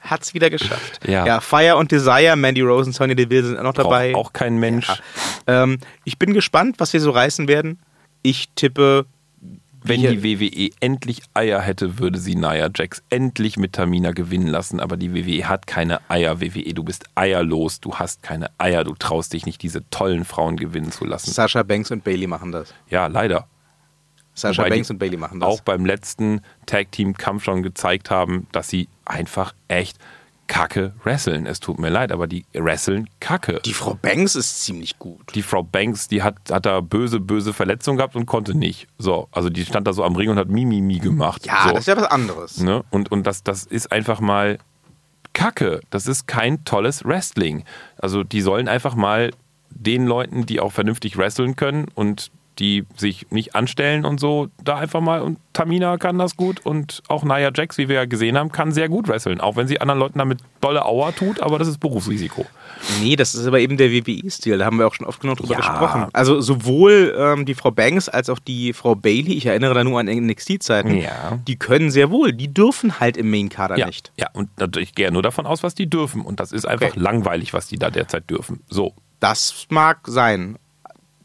Speaker 3: hat's wieder geschafft.
Speaker 2: Ja.
Speaker 3: Fire und Desire, Mandy Rose und Sonny Deville sind auch noch dabei.
Speaker 2: Auch kein Mensch.
Speaker 3: Ähm, ich bin gespannt, was wir so reißen werden. Ich tippe
Speaker 2: Wenn
Speaker 3: wir-
Speaker 2: die WWE endlich Eier hätte, würde sie Nia Jax endlich mit Tamina gewinnen lassen. Aber die WWE hat keine Eier, WWE. Du bist eierlos, du hast keine Eier, du traust dich nicht, diese tollen Frauen gewinnen zu lassen.
Speaker 3: Sasha Banks und Bailey machen das.
Speaker 2: Ja, leider.
Speaker 3: Sasha
Speaker 2: Wobei
Speaker 3: Banks
Speaker 2: die
Speaker 3: und Bailey machen das.
Speaker 2: Auch beim letzten Tag-Team-Kampf schon gezeigt haben, dass sie einfach echt kacke wresteln. Es tut mir leid, aber die wresteln kacke.
Speaker 3: Die Frau Banks ist ziemlich gut.
Speaker 2: die Frau Banks, die hat, hat da böse, böse Verletzungen gehabt und konnte nicht. So, also die stand da so am Ring und hat Mimimi gemacht.
Speaker 3: Ja,
Speaker 2: so.
Speaker 3: das ist ja was anderes.
Speaker 2: Ne? Und, und das, das ist einfach mal Kacke. Das ist kein tolles Wrestling. Also die sollen einfach mal den Leuten, die auch vernünftig wresteln können und die sich nicht anstellen und so, da einfach mal, und Tamina kann das gut und auch Nia Jax, wie wir ja gesehen haben, kann sehr gut wresteln, auch wenn sie anderen Leuten damit dolle Auer tut, aber das ist Berufsrisiko.
Speaker 3: Nee, das ist aber eben der WWE-Stil. Da haben wir auch schon oft genug drüber
Speaker 2: Ja.
Speaker 3: gesprochen. Also sowohl ähm, die Frau Banks als auch die Frau Bailey, ich erinnere da nur an NXT-Zeiten,
Speaker 2: Ja.
Speaker 3: die können sehr wohl. Die dürfen halt im Main-Kader
Speaker 2: Ja,
Speaker 3: nicht.
Speaker 2: ja, und natürlich gehe ja nur davon aus, was die dürfen. Und das ist einfach
Speaker 3: Okay.
Speaker 2: langweilig, was die da derzeit dürfen. So,
Speaker 3: Das mag sein.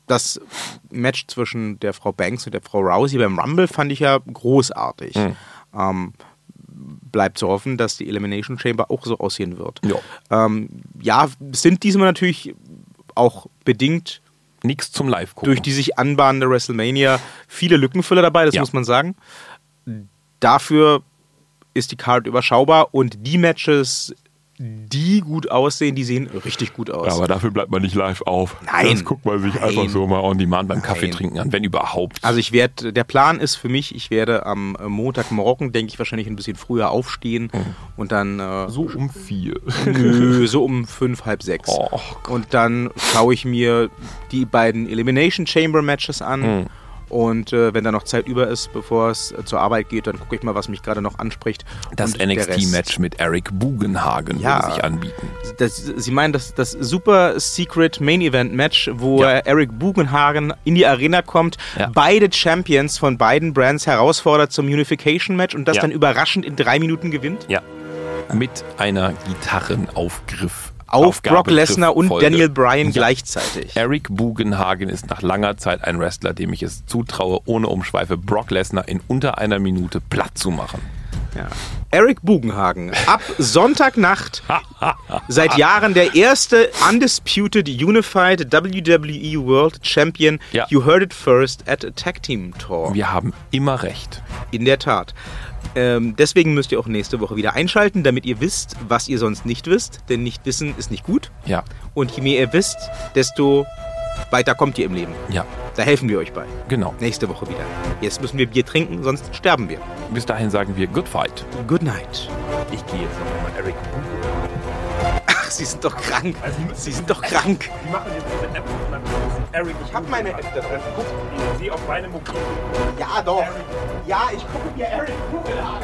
Speaker 3: Das Match zwischen der Frau Banks und der Frau Rousey beim Rumble fand ich ja großartig.
Speaker 2: Mhm.
Speaker 3: Ähm, bleibt zu hoffen, dass die Elimination Chamber auch so aussehen wird.
Speaker 2: ja.
Speaker 3: Ähm, ja, sind diesmal natürlich auch bedingt
Speaker 2: nichts zum Live gucken.
Speaker 3: durch die sich anbahnende WrestleMania viele Lückenfüller dabei, das
Speaker 2: Ja.
Speaker 3: muss man sagen. Dafür ist die Card überschaubar und die Matches, die gut aussehen, die sehen richtig gut aus.
Speaker 2: Aber dafür bleibt man nicht live auf.
Speaker 3: Nein.
Speaker 2: Das guckt man sich
Speaker 3: Nein.
Speaker 2: einfach so mal on demand beim Kaffee
Speaker 3: Nein.
Speaker 2: trinken an, wenn überhaupt.
Speaker 3: also ich werde, der Plan ist für mich, ich werde am äh, Montagmorgen, denke ich, wahrscheinlich ein bisschen früher aufstehen und dann äh,
Speaker 2: Hm. so um vier. (laughs)
Speaker 3: Nö, so um fünf, halb sechs.
Speaker 2: Oh
Speaker 3: und dann schaue ich mir die beiden Elimination Chamber Matches
Speaker 2: Hm.
Speaker 3: an. Und äh, wenn da noch Zeit über ist, bevor es äh, zur Arbeit geht, dann gucke ich mal, was mich gerade noch anspricht.
Speaker 2: Das
Speaker 3: Und der Rest.
Speaker 2: NXT-Match mit Eric Bugenhagen
Speaker 3: Ja.
Speaker 2: würde sich anbieten.
Speaker 3: Das, Sie meinen das, das Super Secret Main Event Match, wo
Speaker 2: Ja.
Speaker 3: äh, Eric Bugenhagen in die Arena kommt,
Speaker 2: Ja.
Speaker 3: beide Champions von beiden Brands herausfordert zum Unification Match und das
Speaker 2: Ja.
Speaker 3: dann überraschend in drei Minuten gewinnt?
Speaker 2: Ja. Mit einer Gitarrenaufgriff.
Speaker 3: Auf Brock Lesnar und
Speaker 2: Folge.
Speaker 3: Daniel Bryan
Speaker 2: Ja.
Speaker 3: gleichzeitig.
Speaker 2: Eric Bugenhagen ist nach langer Zeit ein Wrestler, dem ich es zutraue, ohne Umschweife Brock Lesnar in unter einer Minute platt zu machen.
Speaker 3: Ja. Eric Bugenhagen,
Speaker 2: (laughs)
Speaker 3: ab Sonntagnacht seit Jahren der erste undisputed unified WWE World Champion.
Speaker 2: Ja.
Speaker 3: You heard it first at a Tag Team Talk.
Speaker 2: Wir haben immer recht.
Speaker 3: In der Tat. Ähm, deswegen müsst ihr auch nächste Woche wieder einschalten, damit ihr wisst, was ihr sonst nicht wisst. Denn nicht wissen ist nicht gut.
Speaker 2: Ja,
Speaker 3: Und je mehr ihr wisst, desto weiter kommt ihr im Leben.
Speaker 2: ja,
Speaker 3: Da helfen wir euch bei.
Speaker 2: genau.
Speaker 3: Nächste Woche wieder. Jetzt müssen wir Bier trinken, sonst sterben wir.
Speaker 2: Bis dahin sagen wir Good Fight.
Speaker 3: Good night.
Speaker 2: Ich gehe jetzt noch einmal Eric Bugenhagen.
Speaker 3: Ach, Sie sind doch krank. Sie sind doch krank.
Speaker 1: Die machen jetzt diese App und dann Eric.
Speaker 3: Ich hab meine App da drin. Guck,
Speaker 1: Sie auf meinem Mobil.
Speaker 3: Ja, doch. Ja, ich gucke mir Eric Kugel an.